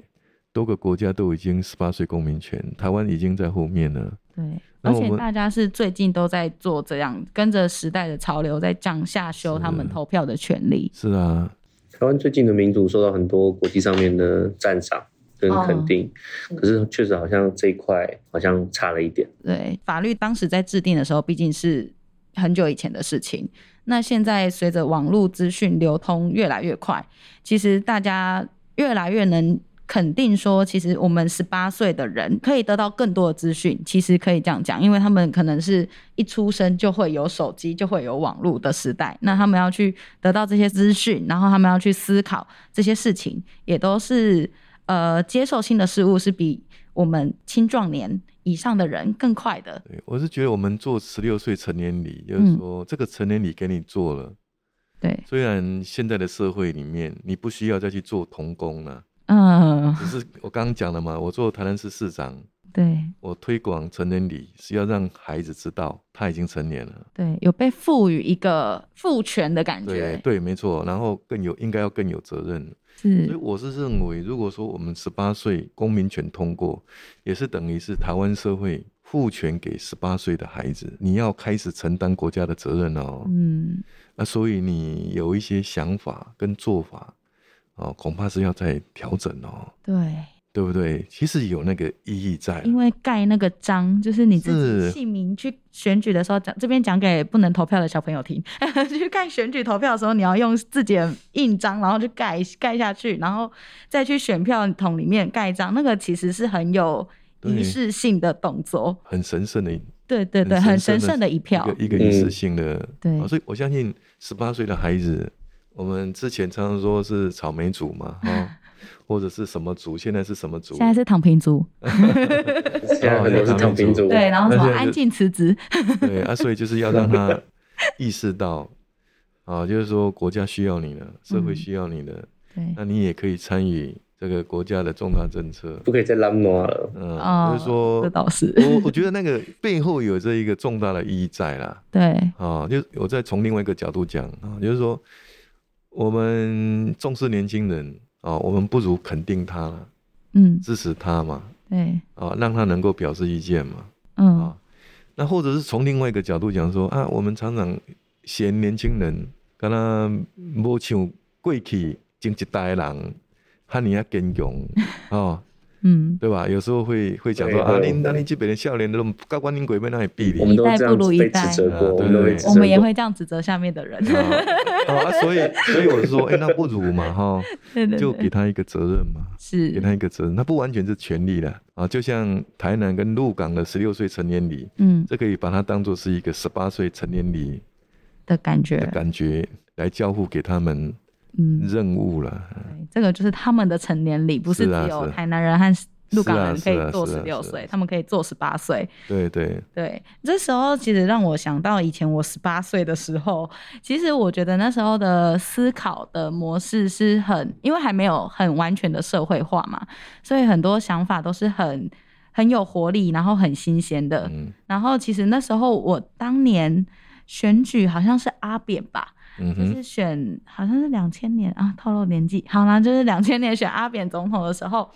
[SPEAKER 2] 多个国家都已经十八岁公民权，台湾已经在后面了。
[SPEAKER 1] 对，
[SPEAKER 2] 那
[SPEAKER 1] 而
[SPEAKER 2] 我
[SPEAKER 1] 且
[SPEAKER 2] 们
[SPEAKER 1] 大家是最近都在做这样，跟着时代的潮流在降下修
[SPEAKER 2] 是啊
[SPEAKER 1] 他们投票的权利。
[SPEAKER 2] 是啊，
[SPEAKER 3] 台湾最近的民主受到很多国际上面的赞赏跟
[SPEAKER 1] 哦
[SPEAKER 3] 肯定，可是确实好像这一块好像差了一点。
[SPEAKER 1] 对，法律当时在制定的时候，毕竟是很久以前的事情。那现在随着网络资讯流通越来越快，其实大家越来越能肯定说，其实我们十八岁的人可以得到更多的资讯。其实可以这样讲，因为他们可能是一出生就会有手机、就会有网络的时代，那他们要去得到这些资讯，然后他们要去思考这些事情，也都是呃接受新的事物是比我们青壮年以上的人更快的。
[SPEAKER 2] 对我是觉得我们做十六岁成年礼，就
[SPEAKER 1] 嗯
[SPEAKER 2] 是说、这个成年礼给你做了，
[SPEAKER 1] 对，
[SPEAKER 2] 虽然现在的社会里面你不需要再去做童工了、
[SPEAKER 1] 嗯，
[SPEAKER 2] 只是我刚刚讲了嘛，我做台南市市长，
[SPEAKER 1] 对
[SPEAKER 2] 我推广成人礼是要让孩子知道他已经成年了。
[SPEAKER 1] 对，有被赋予一个赋权的感
[SPEAKER 2] 对
[SPEAKER 1] 觉，
[SPEAKER 2] 对，没错。然后更有应该要更有责任。所以
[SPEAKER 1] 是，
[SPEAKER 2] 我是认为，如果说我们十八岁公民权通过，也是等于是台湾社会赋权给十八岁的孩子，你要开始承担国家的责任哦。
[SPEAKER 1] 嗯，
[SPEAKER 2] 那所以你有一些想法跟做法哦，恐怕是要再调整哦，
[SPEAKER 1] 对，
[SPEAKER 2] 对不对？其实有那个意义在啦。
[SPEAKER 1] 因为盖那个章就是你自己
[SPEAKER 2] 是
[SPEAKER 1] 姓名去选举的时候讲，这边讲给不能投票的小朋友听， 去盖选举投票的时候，你要用自己的印章，然后去盖盖下去，然后再去选票桶里面盖章，那个其实是很有仪
[SPEAKER 2] 对
[SPEAKER 1] 式性的动作，
[SPEAKER 2] 很神圣的一
[SPEAKER 1] 对对对，很神圣的一票，
[SPEAKER 2] 一个一个仪式性的。
[SPEAKER 1] 对
[SPEAKER 2] 啊所以我相信十八岁的孩子，我们之前常常说是草莓族嘛，哈、或者是什么族，现在是什么族？
[SPEAKER 1] 现在是躺平族，
[SPEAKER 3] 现在很多是躺平族，
[SPEAKER 1] 哦对，然后什么
[SPEAKER 2] 那现在就
[SPEAKER 1] 安静辞职，
[SPEAKER 2] 对啊，所以就是要让他意识到，啊，就是说国家需要你了，社会
[SPEAKER 1] 嗯
[SPEAKER 2] 需要你了，
[SPEAKER 1] 对，
[SPEAKER 2] 那你也可以参与这个国家的重大政策。
[SPEAKER 3] 不可以再拉挪了。
[SPEAKER 2] 嗯，
[SPEAKER 1] 哦
[SPEAKER 2] 就是说
[SPEAKER 1] 这，倒是，
[SPEAKER 2] 我我觉得那个背后有这一个重大的意义在啦。
[SPEAKER 1] 对，
[SPEAKER 2] 啊，就是我再从另外一个角度讲啊，就是说我们重视年轻人啊，我们不如肯定他了，
[SPEAKER 1] 嗯，
[SPEAKER 2] 支持他嘛，
[SPEAKER 1] 对，
[SPEAKER 2] 啊，让他能够表示意见嘛。
[SPEAKER 1] 嗯
[SPEAKER 2] 啊，那或者是从另外一个角度讲说啊，我们常常嫌年轻人，跟他无像过去前一代的人，他你要坚强 哦，
[SPEAKER 1] 嗯，
[SPEAKER 2] 对吧？有时候会会讲说
[SPEAKER 3] 对
[SPEAKER 2] 啊，
[SPEAKER 3] 对
[SPEAKER 2] 您那您这边的笑脸都高官您鬼妹那里比你
[SPEAKER 3] 我们。都这样子被指责过，我们都被指责
[SPEAKER 1] 我
[SPEAKER 3] 过。
[SPEAKER 1] 们也会这样指责下面的人，
[SPEAKER 2] 啊啊，所以所以我是说，哎、那不如嘛哈、
[SPEAKER 1] 对 对
[SPEAKER 2] 就给
[SPEAKER 1] 对，
[SPEAKER 2] 他一个责任嘛，给
[SPEAKER 1] 是，
[SPEAKER 2] 他一个责任，他不完全是权利了啊。就像台南跟鹿港的十六岁成年礼，
[SPEAKER 1] 嗯
[SPEAKER 2] 这可以把它当做是一个十八岁成年礼
[SPEAKER 1] 的感觉
[SPEAKER 2] 的，感觉来交付给他们
[SPEAKER 1] 嗯，
[SPEAKER 2] 任务了。
[SPEAKER 1] 对这个就是他们的成年礼，不是
[SPEAKER 2] 是啊
[SPEAKER 1] 只有
[SPEAKER 2] 是啊
[SPEAKER 1] 台南人和鹿港人可
[SPEAKER 2] 是
[SPEAKER 1] 以
[SPEAKER 2] 啊
[SPEAKER 1] 做
[SPEAKER 2] 是
[SPEAKER 1] 十
[SPEAKER 2] 啊
[SPEAKER 1] 六
[SPEAKER 2] 是啊
[SPEAKER 1] 岁，他们可以做十八岁，
[SPEAKER 2] 对对，
[SPEAKER 1] 对，这时候其实让我想到以前我十八岁的时候，其实我觉得那时候的思考的模式是很，因为还没有很完全的社会化嘛，所以很多想法都是很很有活力，然后很新鲜的。
[SPEAKER 2] 嗯
[SPEAKER 1] 然后其实那时候我当年选举好像是阿扁吧，
[SPEAKER 2] 嗯
[SPEAKER 1] 就
[SPEAKER 2] 哼，
[SPEAKER 1] 是选好像是两千年啊，透露年纪。好啦，就是两千年选阿扁总统的时候，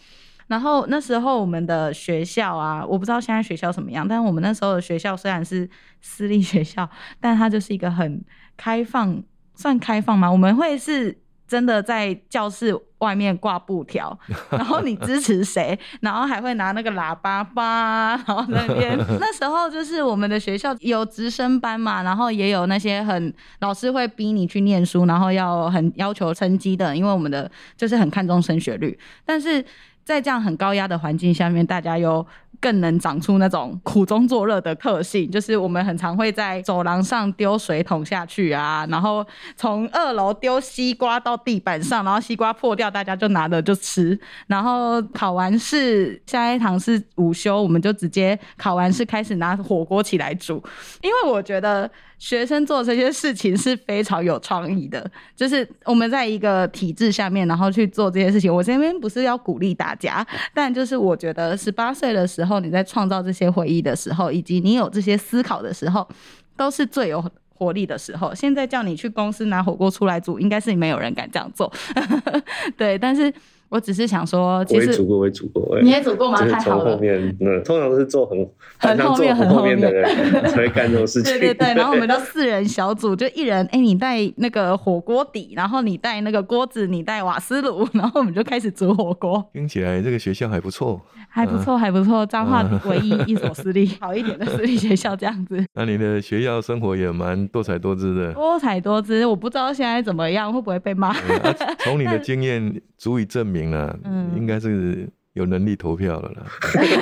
[SPEAKER 1] 然后那时候我们的学校啊，我不知道现在学校什么样，但我们那时候的学校虽然是私立学校，但它就是一个很开放，算开放吗？我们会是真的在教室外面挂布条，然后你支持谁，然后还会拿那个喇叭叭，然后在那 边。那时候就是我们的学校有直升班嘛，然后也有那些很老师会逼你去念书，然后要很要求成绩的，因为我们的就是很看重升学率，但是。在这样很高压的环境下面，大家又更能长出那种苦中作乐的特性。就是我们很常会在走廊上丢水桶下去啊，然后从二楼丢西瓜到地板上，然后西瓜破掉，大家就拿着就吃。然后考完试，下一堂是午休，我们就直接考完试开始拿火锅起来煮，因为我觉得。学生做这些事情是非常有创意的，就是我们在一个体制下面，然后去做这些事情。我这边不是要鼓励大家，但就是我觉得十八岁的时候，你在创造这些回忆的时候，以及你有这些思考的时候，都是最有活力的时候。现在叫你去公司拿火锅出来煮，应该是没有人敢这样做。 对，但是我只是想说，其
[SPEAKER 3] 我也
[SPEAKER 1] 实
[SPEAKER 3] 煮过，我也煮过，哎
[SPEAKER 1] 你也煮过吗？
[SPEAKER 3] 就是
[SPEAKER 1] 太
[SPEAKER 3] 从
[SPEAKER 1] 好
[SPEAKER 3] 后
[SPEAKER 1] 了。
[SPEAKER 3] 面，嗯，通常都是坐很
[SPEAKER 1] 很
[SPEAKER 3] 常
[SPEAKER 1] 后
[SPEAKER 3] 坐
[SPEAKER 1] 面
[SPEAKER 3] 很
[SPEAKER 1] 很
[SPEAKER 3] 后面
[SPEAKER 1] 后
[SPEAKER 3] 的人才会干这种事情。
[SPEAKER 1] 对对对，然后我们就四人小组，就一人哎、你带那个火锅底，然后你带那个锅子，你带瓦斯炉，然后我们就开始煮火锅，
[SPEAKER 2] 听起来这个学校还不错。
[SPEAKER 1] 还不错，还不错。彰化唯一一所私立嗯 好一点的私立学校，这样子
[SPEAKER 2] 那你的学校生活也蛮多彩多姿的。
[SPEAKER 1] 多彩多姿。我不知道现在怎么样，会不会被骂？
[SPEAKER 2] 对啊从你的经验足以证明了，
[SPEAKER 1] 嗯
[SPEAKER 2] 应该是有能力投票了啦。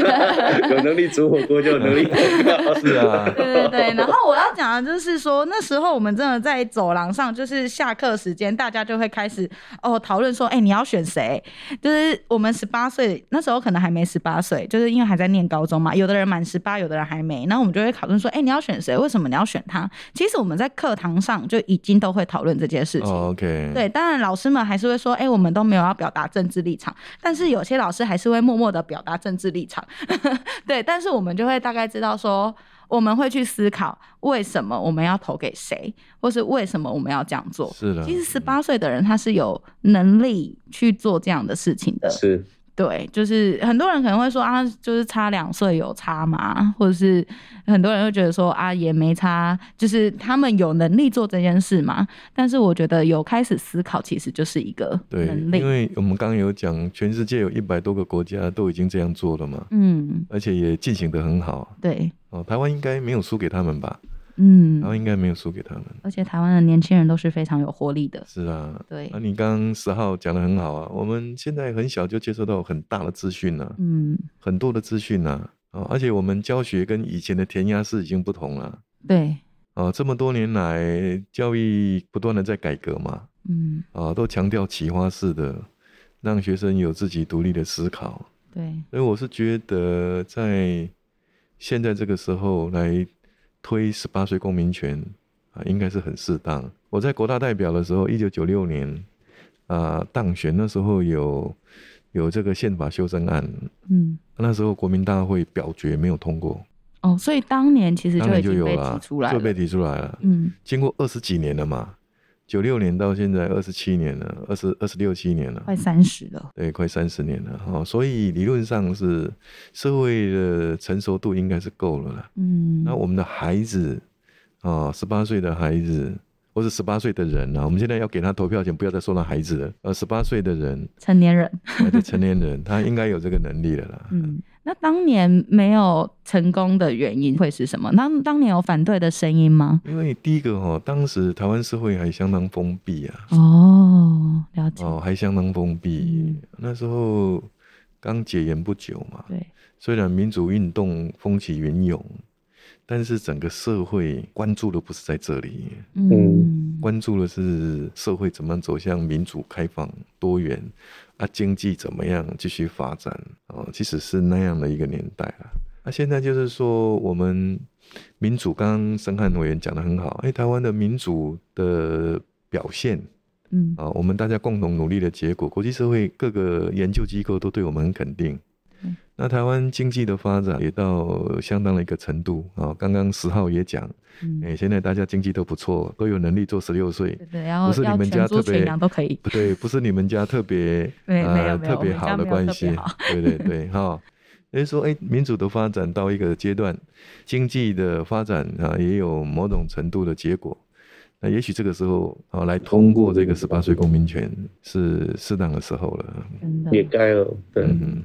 [SPEAKER 3] 有能力煮火锅就有能力投票，
[SPEAKER 2] 是啊，
[SPEAKER 1] 对对对，然后我要讲的就是说，那时候我们真的在走廊上，就是下课时间，大家就会开始哦讨论说，哎、你要选谁？就是我们十八岁那时候可能还没十八岁，就是因为还在念高中嘛，有的人满十八，有的人还没，然后我们就会讨论说，哎、你要选谁？为什么你要选他？其实我们在课堂上就已经都会讨论这件事情。
[SPEAKER 2] 哦，OK，
[SPEAKER 1] 对，当然老师们还是会说，哎、我们都没有要表达政治立场，但是有些老师还是会默默的表达政治立场， 对，但是我们就会大概知道说，我们会去思考为什么我们要投给谁，或是为什么我们要这样做。
[SPEAKER 2] 是的。嗯
[SPEAKER 1] 其实十八岁的人他是有能力去做这样的事情的，
[SPEAKER 3] 是
[SPEAKER 1] 对，就是很多人可能会说啊，就是差两岁有差嘛，或者是很多人会觉得说啊也没差，就是他们有能力做这件事嘛。但是我觉得有开始思考，其实就是一个
[SPEAKER 2] 对，
[SPEAKER 1] 能力
[SPEAKER 2] 因。为我们刚刚有讲，全世界有一百多个国家都已经这样做了嘛，
[SPEAKER 1] 嗯，
[SPEAKER 2] 而且也进行的很好。
[SPEAKER 1] 对，
[SPEAKER 2] 哦，台湾应该没有输给他们吧？
[SPEAKER 1] 嗯
[SPEAKER 2] 台，湾应该没有输给他们。
[SPEAKER 1] 而且台湾的年轻人都是非常有活力的。
[SPEAKER 2] 是啊，
[SPEAKER 1] 对
[SPEAKER 2] 那、你刚刚十号讲的很好啊，我们现在很小就接受到很大的资讯了、
[SPEAKER 1] 嗯，
[SPEAKER 2] 很多的资讯呐、啊，哦，而且我们教学跟以前的填鸭式已经不同了。
[SPEAKER 1] 对，
[SPEAKER 2] 哦，这么多年来，教育不断的在改革嘛，
[SPEAKER 1] 嗯，
[SPEAKER 2] 啊，都强调启发式的，让学生有自己独立的思考。
[SPEAKER 1] 对，
[SPEAKER 2] 所以我是觉得，在现在这个时候来推十八岁公民权啊，应该是很适当。我在国大代表的时候，一九九六年啊当选，那时候有有这个宪法修正案，
[SPEAKER 1] 嗯，
[SPEAKER 2] 那时候国民大会表决没有通过，
[SPEAKER 1] 哦，所以当年其实
[SPEAKER 2] 当
[SPEAKER 1] 就已
[SPEAKER 2] 然就
[SPEAKER 1] 经
[SPEAKER 2] 有
[SPEAKER 1] 被
[SPEAKER 2] 了啊
[SPEAKER 1] 提出来，
[SPEAKER 2] 就
[SPEAKER 1] 了。
[SPEAKER 2] 被提出来了。
[SPEAKER 1] 嗯
[SPEAKER 2] 经过二十几年了嘛，九六年到现在二十七年了，二十二十六七年了，
[SPEAKER 1] 快三十了。
[SPEAKER 2] 对，快三十年了哦，所以理论上是社会的成熟度应该是够了啦。
[SPEAKER 1] 嗯，
[SPEAKER 2] 那我们的孩子啊，十八岁的孩子，或是十八岁的人啊，我们现在要给他投票前，不要再说他孩子了，呃，十八岁的人，
[SPEAKER 1] 成年人。
[SPEAKER 2] 或者成年人，他应该有这个能力了啦。
[SPEAKER 1] 嗯，那当年没有成功的原因会是什么？当当年有反对的声音吗？
[SPEAKER 2] 因为第一个哦，当时台湾社会还相当封闭啊，
[SPEAKER 1] 哦，了解，
[SPEAKER 2] 哦，还相当封闭。
[SPEAKER 1] 嗯
[SPEAKER 2] 那时候刚解严不久嘛，
[SPEAKER 1] 对，
[SPEAKER 2] 虽然民主运动风起云涌，但是整个社会关注的不是在这里，
[SPEAKER 1] 嗯，
[SPEAKER 2] 关注的是社会怎么样走向民主、开放、多元，啊，经济怎么样继续发展哦，即使是那样的一个年代了。那、现在就是说，我们民主，刚刚申汉委员讲的很好，哎、台湾的民主的表现
[SPEAKER 1] 嗯，
[SPEAKER 2] 啊，我们大家共同努力的结果，国际社会各个研究机构都对我们很肯定
[SPEAKER 1] 嗯。
[SPEAKER 2] 那台湾经济的发展也到相当的一个程度啊。刚刚十号也讲，
[SPEAKER 1] 嗯，
[SPEAKER 2] 哎、现在大家经济都不错，都有能力做十六岁
[SPEAKER 1] 对，对，然后
[SPEAKER 2] 不是你
[SPEAKER 1] 要
[SPEAKER 2] 们
[SPEAKER 1] 全
[SPEAKER 2] 家
[SPEAKER 1] 猪
[SPEAKER 2] 特
[SPEAKER 1] 全
[SPEAKER 2] 别
[SPEAKER 1] 羊都可以，
[SPEAKER 2] 不 对，不是你们家特别
[SPEAKER 1] 对 没有
[SPEAKER 2] 呃
[SPEAKER 1] 没有
[SPEAKER 2] 特别
[SPEAKER 1] 我们家
[SPEAKER 2] 好的
[SPEAKER 1] 没有
[SPEAKER 2] 关
[SPEAKER 1] 特别
[SPEAKER 2] 系
[SPEAKER 1] 好，
[SPEAKER 2] 对对对哈。也就是说，哎，民主的发展到一个阶段，经济的发展啊，也有某种程度的结果。那也许这个时候啊，来通过这个十八岁公民权是适当的时候了。
[SPEAKER 1] 真的
[SPEAKER 3] 也该了，对。
[SPEAKER 2] 嗯，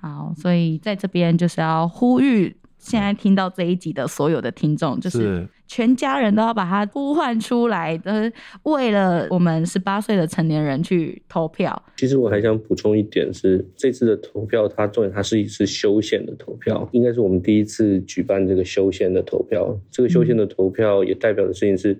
[SPEAKER 1] 好，所以在这边就是要呼吁。现在听到这一集的所有的听众，就是
[SPEAKER 2] 是
[SPEAKER 1] 全家人都要把它呼唤出来，呃，为了我们十八岁的成年人去投票。
[SPEAKER 3] 其实我还想补充一点是，这次的投票它重点它是一次修宪的投票，应该是我们第一次举办这个修宪的投票。这个修宪的投票也代表的事情是，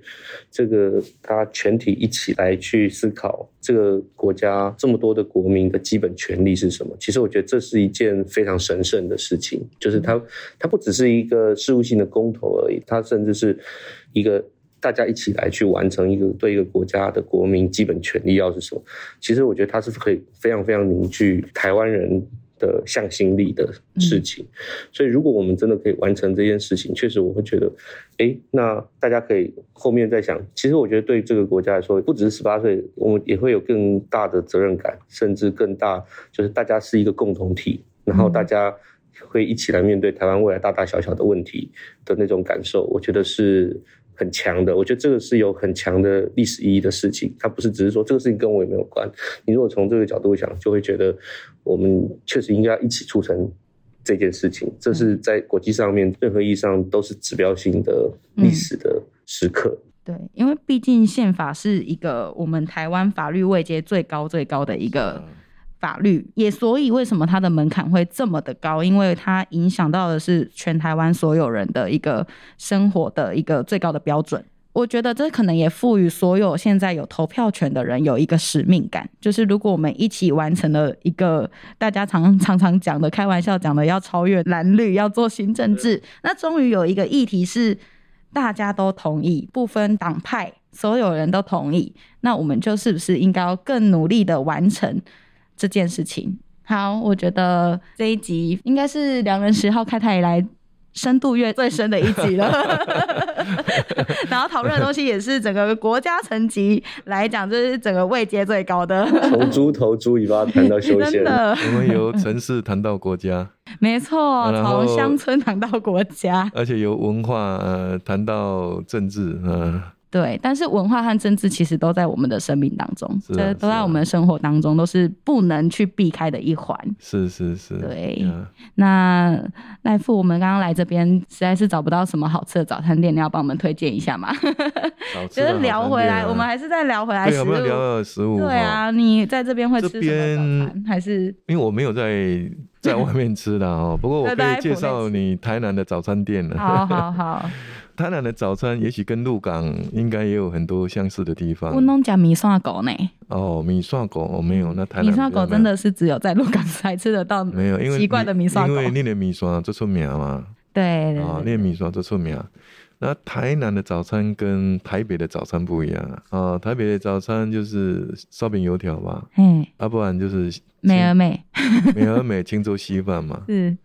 [SPEAKER 3] 这个它全体一起来去思考这个国家这么多的国民的基本权利是什么。其实我觉得这是一件非常神圣的事情，就是它它不只是一个事务性的公投而已，它甚至是一个。大家一起来去完成一个对一个国家的国民基本权利要是什么？其实我觉得它是可以非常非常凝聚台湾人的向心力的事情。所以，如果我们真的可以完成这件事情，确实我会觉得，哎，那大家可以后面再想。其实我觉得对这个国家来说，不只是十八岁，我们也会有更大的责任感，甚至更大，就是大家是一个共同体，然后大家。会一起来面对台湾未来大大小小的问题的那种感受，我觉得是很强的。我觉得这个是有很强的历史意义的事情，它不是只是说这个事情跟我也没有关，你如果从这个角度想，就会觉得我们确实应该一起促成这件事情。这是在国际上面任何意义上都是指标性的历史的时刻。
[SPEAKER 1] 对，因为毕竟宪法是一个我们台湾法律位阶最高最高的一
[SPEAKER 2] 啊
[SPEAKER 1] 个法律，也所以为什么它的门槛会这么的高，因为它影响到的是全台湾所有人的一个生活的一个最高的标准。我觉得这可能也赋予所有现在有投票权的人有一个使命感，就是如果我们一起完成了一个大家常常常讲的、开玩笑讲的要超越蓝绿、要做新政治，那终于有一个议题是大家都同意，不分党派，所有人都同意，那我们就是不是应该要更努力的完成这件事情？好，我觉得这一集应该是《良人十号》开台以来深度越最深的一集 了，然后讨论的东西也是整个国家层级来讲，就是整个位阶最高的，
[SPEAKER 3] 从猪头猪尾巴谈到修宪
[SPEAKER 1] 嗯 真，的
[SPEAKER 2] 我们由城市谈到国家，
[SPEAKER 1] 没错，
[SPEAKER 2] 然
[SPEAKER 1] 从
[SPEAKER 2] 后
[SPEAKER 1] 乡村谈到国家，
[SPEAKER 2] 而且由文化呃谈到政治，嗯、
[SPEAKER 1] 对，但是文化和政治其实都在我们的生命当中，
[SPEAKER 2] 是啊
[SPEAKER 1] 这都
[SPEAKER 2] 是
[SPEAKER 1] 在
[SPEAKER 2] 啊
[SPEAKER 1] 我们的生活当中，都是不能去避开的一环。
[SPEAKER 2] 是是是，啊
[SPEAKER 1] 对
[SPEAKER 2] 呀
[SPEAKER 1] 那赖富，我们刚刚来这边实在是找不到什么好吃的早餐店，你要帮我们推荐一下 吗？
[SPEAKER 2] 少吃
[SPEAKER 1] 就
[SPEAKER 2] 了
[SPEAKER 1] 是聊回来，
[SPEAKER 2] 啊好像对啊
[SPEAKER 1] 我们还是再聊回来
[SPEAKER 2] 对，
[SPEAKER 1] 食
[SPEAKER 2] 我们要聊
[SPEAKER 1] 物。
[SPEAKER 2] 聊食物，
[SPEAKER 1] 对
[SPEAKER 2] 哈
[SPEAKER 1] 啊，你在这边会吃什
[SPEAKER 2] 这
[SPEAKER 1] 么
[SPEAKER 2] 边
[SPEAKER 1] 早餐？还是
[SPEAKER 2] 因为我没 有在在外面吃的哦，不过我
[SPEAKER 1] 在
[SPEAKER 2] 可
[SPEAKER 1] 大
[SPEAKER 2] 以
[SPEAKER 1] 家
[SPEAKER 2] 介
[SPEAKER 1] 府内
[SPEAKER 2] 绍
[SPEAKER 1] 吃
[SPEAKER 2] 你台南的早餐店 了。
[SPEAKER 1] 好好好，
[SPEAKER 2] 台南的早餐也许跟鹿港应该也有很多相似的地方
[SPEAKER 1] 我。弄假米蒜狗呢？
[SPEAKER 2] 哦，米蒜狗我、没有，那台南
[SPEAKER 1] 米蒜狗
[SPEAKER 2] 比较
[SPEAKER 1] 真的是只有在鹿港才吃得到，
[SPEAKER 2] 没有没有，因为
[SPEAKER 1] 奇怪的米蒜
[SPEAKER 2] 因
[SPEAKER 1] 狗。
[SPEAKER 2] 为你的米蒜最出名嘛，
[SPEAKER 1] 对
[SPEAKER 2] 啊，
[SPEAKER 1] 对
[SPEAKER 2] 你的米蒜最出名。那台南的早餐跟台北的早餐不一样啊，啊台北的早餐就是烧饼油条嘛，
[SPEAKER 1] 对，哎，
[SPEAKER 2] 要、不然就是
[SPEAKER 1] 美而美
[SPEAKER 2] 美而美青州稀饭嘛。
[SPEAKER 1] 是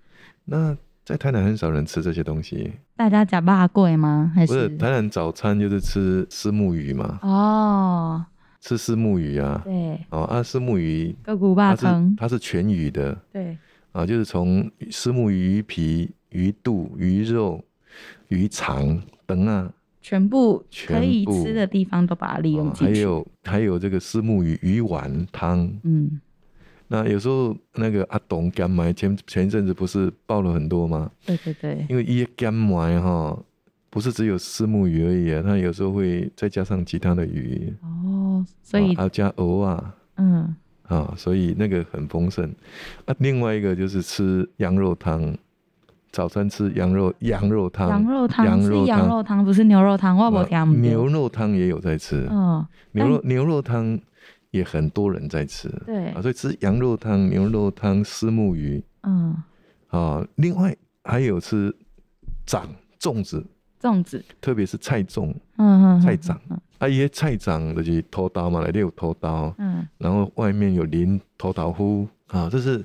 [SPEAKER 2] 那在台南很少人吃这些东西，
[SPEAKER 1] 大家假霸贵吗？还
[SPEAKER 2] 不是
[SPEAKER 1] 是
[SPEAKER 2] 台南早餐就是吃虱目鱼嘛，
[SPEAKER 1] 哦，
[SPEAKER 2] 吃虱目鱼啊，
[SPEAKER 1] 对，
[SPEAKER 2] 哦啊虱目鱼
[SPEAKER 1] 个骨霸
[SPEAKER 2] 它是
[SPEAKER 1] 坑，
[SPEAKER 2] 它是全鱼的
[SPEAKER 1] 对，
[SPEAKER 2] 啊，就是从虱目鱼皮、鱼肚、鱼肉、鱼肠等啊，
[SPEAKER 1] 全部可以
[SPEAKER 2] 全部
[SPEAKER 1] 吃的地方都把它利用
[SPEAKER 2] 啊还
[SPEAKER 1] 进去。
[SPEAKER 2] 有还有这个虱目鱼鱼丸汤。
[SPEAKER 1] 嗯，
[SPEAKER 2] 那有时候那个阿董干买前前一阵子不是爆了很多吗？
[SPEAKER 1] 对对对，
[SPEAKER 2] 因为一干买哈，不是只有虱目鱼而已啊，它有时候会再加上其他的鱼，
[SPEAKER 1] 哦，所以、
[SPEAKER 2] 啊还有加鹅啊。
[SPEAKER 1] 嗯，
[SPEAKER 2] 啊，所以那个很丰盛。啊，另外一个就是吃羊肉汤，早餐吃羊肉羊肉汤，
[SPEAKER 1] 羊肉汤
[SPEAKER 2] 羊
[SPEAKER 1] 是
[SPEAKER 2] 肉
[SPEAKER 1] 羊
[SPEAKER 2] 汤，
[SPEAKER 1] 肉汤，不是牛肉汤，我不
[SPEAKER 2] 啊
[SPEAKER 1] 听不
[SPEAKER 2] 牛
[SPEAKER 1] 到。
[SPEAKER 2] 肉汤也有在吃，
[SPEAKER 1] 嗯，
[SPEAKER 2] 牛肉牛肉汤也很多人在吃
[SPEAKER 1] 对
[SPEAKER 2] 啊，，所以吃羊肉汤、牛肉汤、虱目鱼
[SPEAKER 1] 嗯，
[SPEAKER 2] 啊，另外还有吃长粽子，
[SPEAKER 1] 粽子，
[SPEAKER 2] 特别是菜粽
[SPEAKER 1] 嗯嗯，
[SPEAKER 2] 菜
[SPEAKER 1] 嗯
[SPEAKER 2] 粽
[SPEAKER 1] 嗯
[SPEAKER 2] 啊，一些菜粽就是头刀嘛，来有头刀，
[SPEAKER 1] 嗯，
[SPEAKER 2] 然后外面有淋头桃糊啊，这是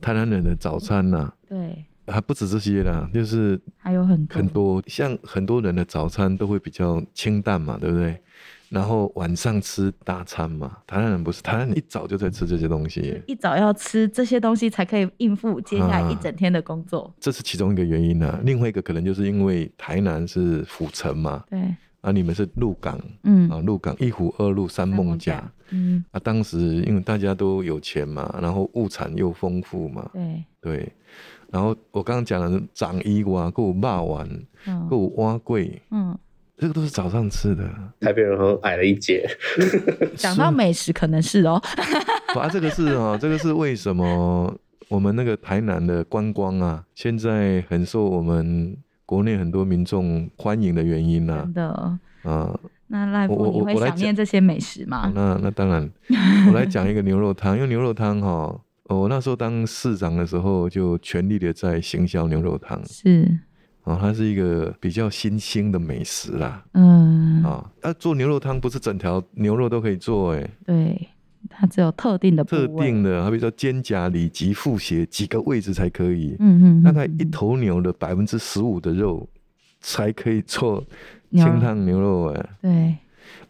[SPEAKER 2] 台南人的早餐呐、
[SPEAKER 1] 对，
[SPEAKER 2] 还不止这些啦，就是
[SPEAKER 1] 还有很多
[SPEAKER 2] 很多像很多人的早餐都会比较清淡嘛，对不对？然后晚上吃大餐嘛，台南人不是，台南人一早就在吃这些东西，
[SPEAKER 1] 一早要吃这些东西才可以应付接下来
[SPEAKER 2] 啊
[SPEAKER 1] 一整天的工作。
[SPEAKER 2] 这是其中一个原因啦、另外一个可能就是因为台南是府城嘛，
[SPEAKER 1] 对，
[SPEAKER 2] 啊，你们是鹿港
[SPEAKER 1] 嗯
[SPEAKER 2] 啊，鹿港一湖二路三
[SPEAKER 1] 梦
[SPEAKER 2] 梦甲
[SPEAKER 1] 甲嗯，
[SPEAKER 2] 啊，当时因为大家都有钱嘛，然后物产又丰富嘛，
[SPEAKER 1] 对，
[SPEAKER 2] 对。然后我刚刚讲的长衣瓜、够霸丸、
[SPEAKER 1] 嗯
[SPEAKER 2] 够蛙桂，
[SPEAKER 1] 嗯，
[SPEAKER 2] 这个都是早上吃的。
[SPEAKER 3] 台北人好像矮了一截，
[SPEAKER 2] 呃
[SPEAKER 1] 讲到美食可能是哦，
[SPEAKER 2] 啊，这个是哦，这个是为什么我们那个台南的观光啊，现在很受我们国内很多民众欢迎的原因呐、
[SPEAKER 1] 真的。哦
[SPEAKER 2] 啊。
[SPEAKER 1] 那赖
[SPEAKER 2] 我
[SPEAKER 1] 夫，
[SPEAKER 2] 我
[SPEAKER 1] 你
[SPEAKER 2] 我
[SPEAKER 1] 会
[SPEAKER 2] 我来
[SPEAKER 1] 想
[SPEAKER 2] 讲
[SPEAKER 1] 念这些美食
[SPEAKER 2] 哦
[SPEAKER 1] 吗？
[SPEAKER 2] 那那当然，我来讲一个牛肉汤，因为牛肉汤哈、哦，我那时候当市长的时候就全力的在行销牛肉汤
[SPEAKER 1] 是，
[SPEAKER 2] 啊、哦，它是一个比较新兴的美食啦
[SPEAKER 1] 嗯，
[SPEAKER 2] 啊。那、做牛肉汤不是整条牛肉都可以做诶，
[SPEAKER 1] 对，它只有特定的部
[SPEAKER 2] 特
[SPEAKER 1] 位，
[SPEAKER 2] 定的，它比如说肩胛、里脊、腹斜几个位置才可以，
[SPEAKER 1] 嗯嗯，
[SPEAKER 2] 大概
[SPEAKER 1] 嗯
[SPEAKER 2] 一头牛的百分之十五的肉才可以做
[SPEAKER 1] 牛
[SPEAKER 2] 清汤牛肉诶。
[SPEAKER 1] 对，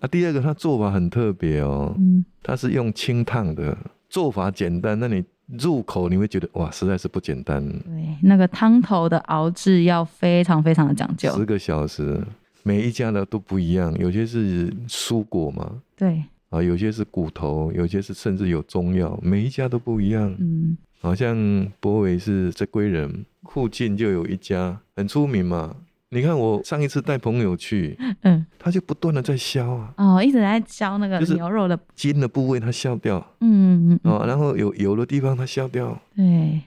[SPEAKER 2] 啊，第二个它做法很特别哦，
[SPEAKER 1] 嗯，
[SPEAKER 2] 它是用清烫的，做法简单，那你入口你会觉得哇，实在是不简单，
[SPEAKER 1] 对，那个汤头的熬制要非常非常的讲
[SPEAKER 2] 十
[SPEAKER 1] 究，
[SPEAKER 2] 个小时，每一家的都不一样，有些是蔬果嘛，
[SPEAKER 1] 对，
[SPEAKER 2] 啊，有些是骨头，有些是甚至有中药，每一家都不一样。
[SPEAKER 1] 嗯，
[SPEAKER 2] 好像博伟是这归人附近就有一家很出名嘛，你看我上一次带朋友去，
[SPEAKER 1] 嗯，
[SPEAKER 2] 他就不断的在削啊，
[SPEAKER 1] 哦，一直在教那个
[SPEAKER 2] 就是
[SPEAKER 1] 牛肉的，
[SPEAKER 2] 筋的部位他削掉啊
[SPEAKER 1] 嗯嗯，嗯，
[SPEAKER 2] 然后有油的地方他削掉。
[SPEAKER 1] 对，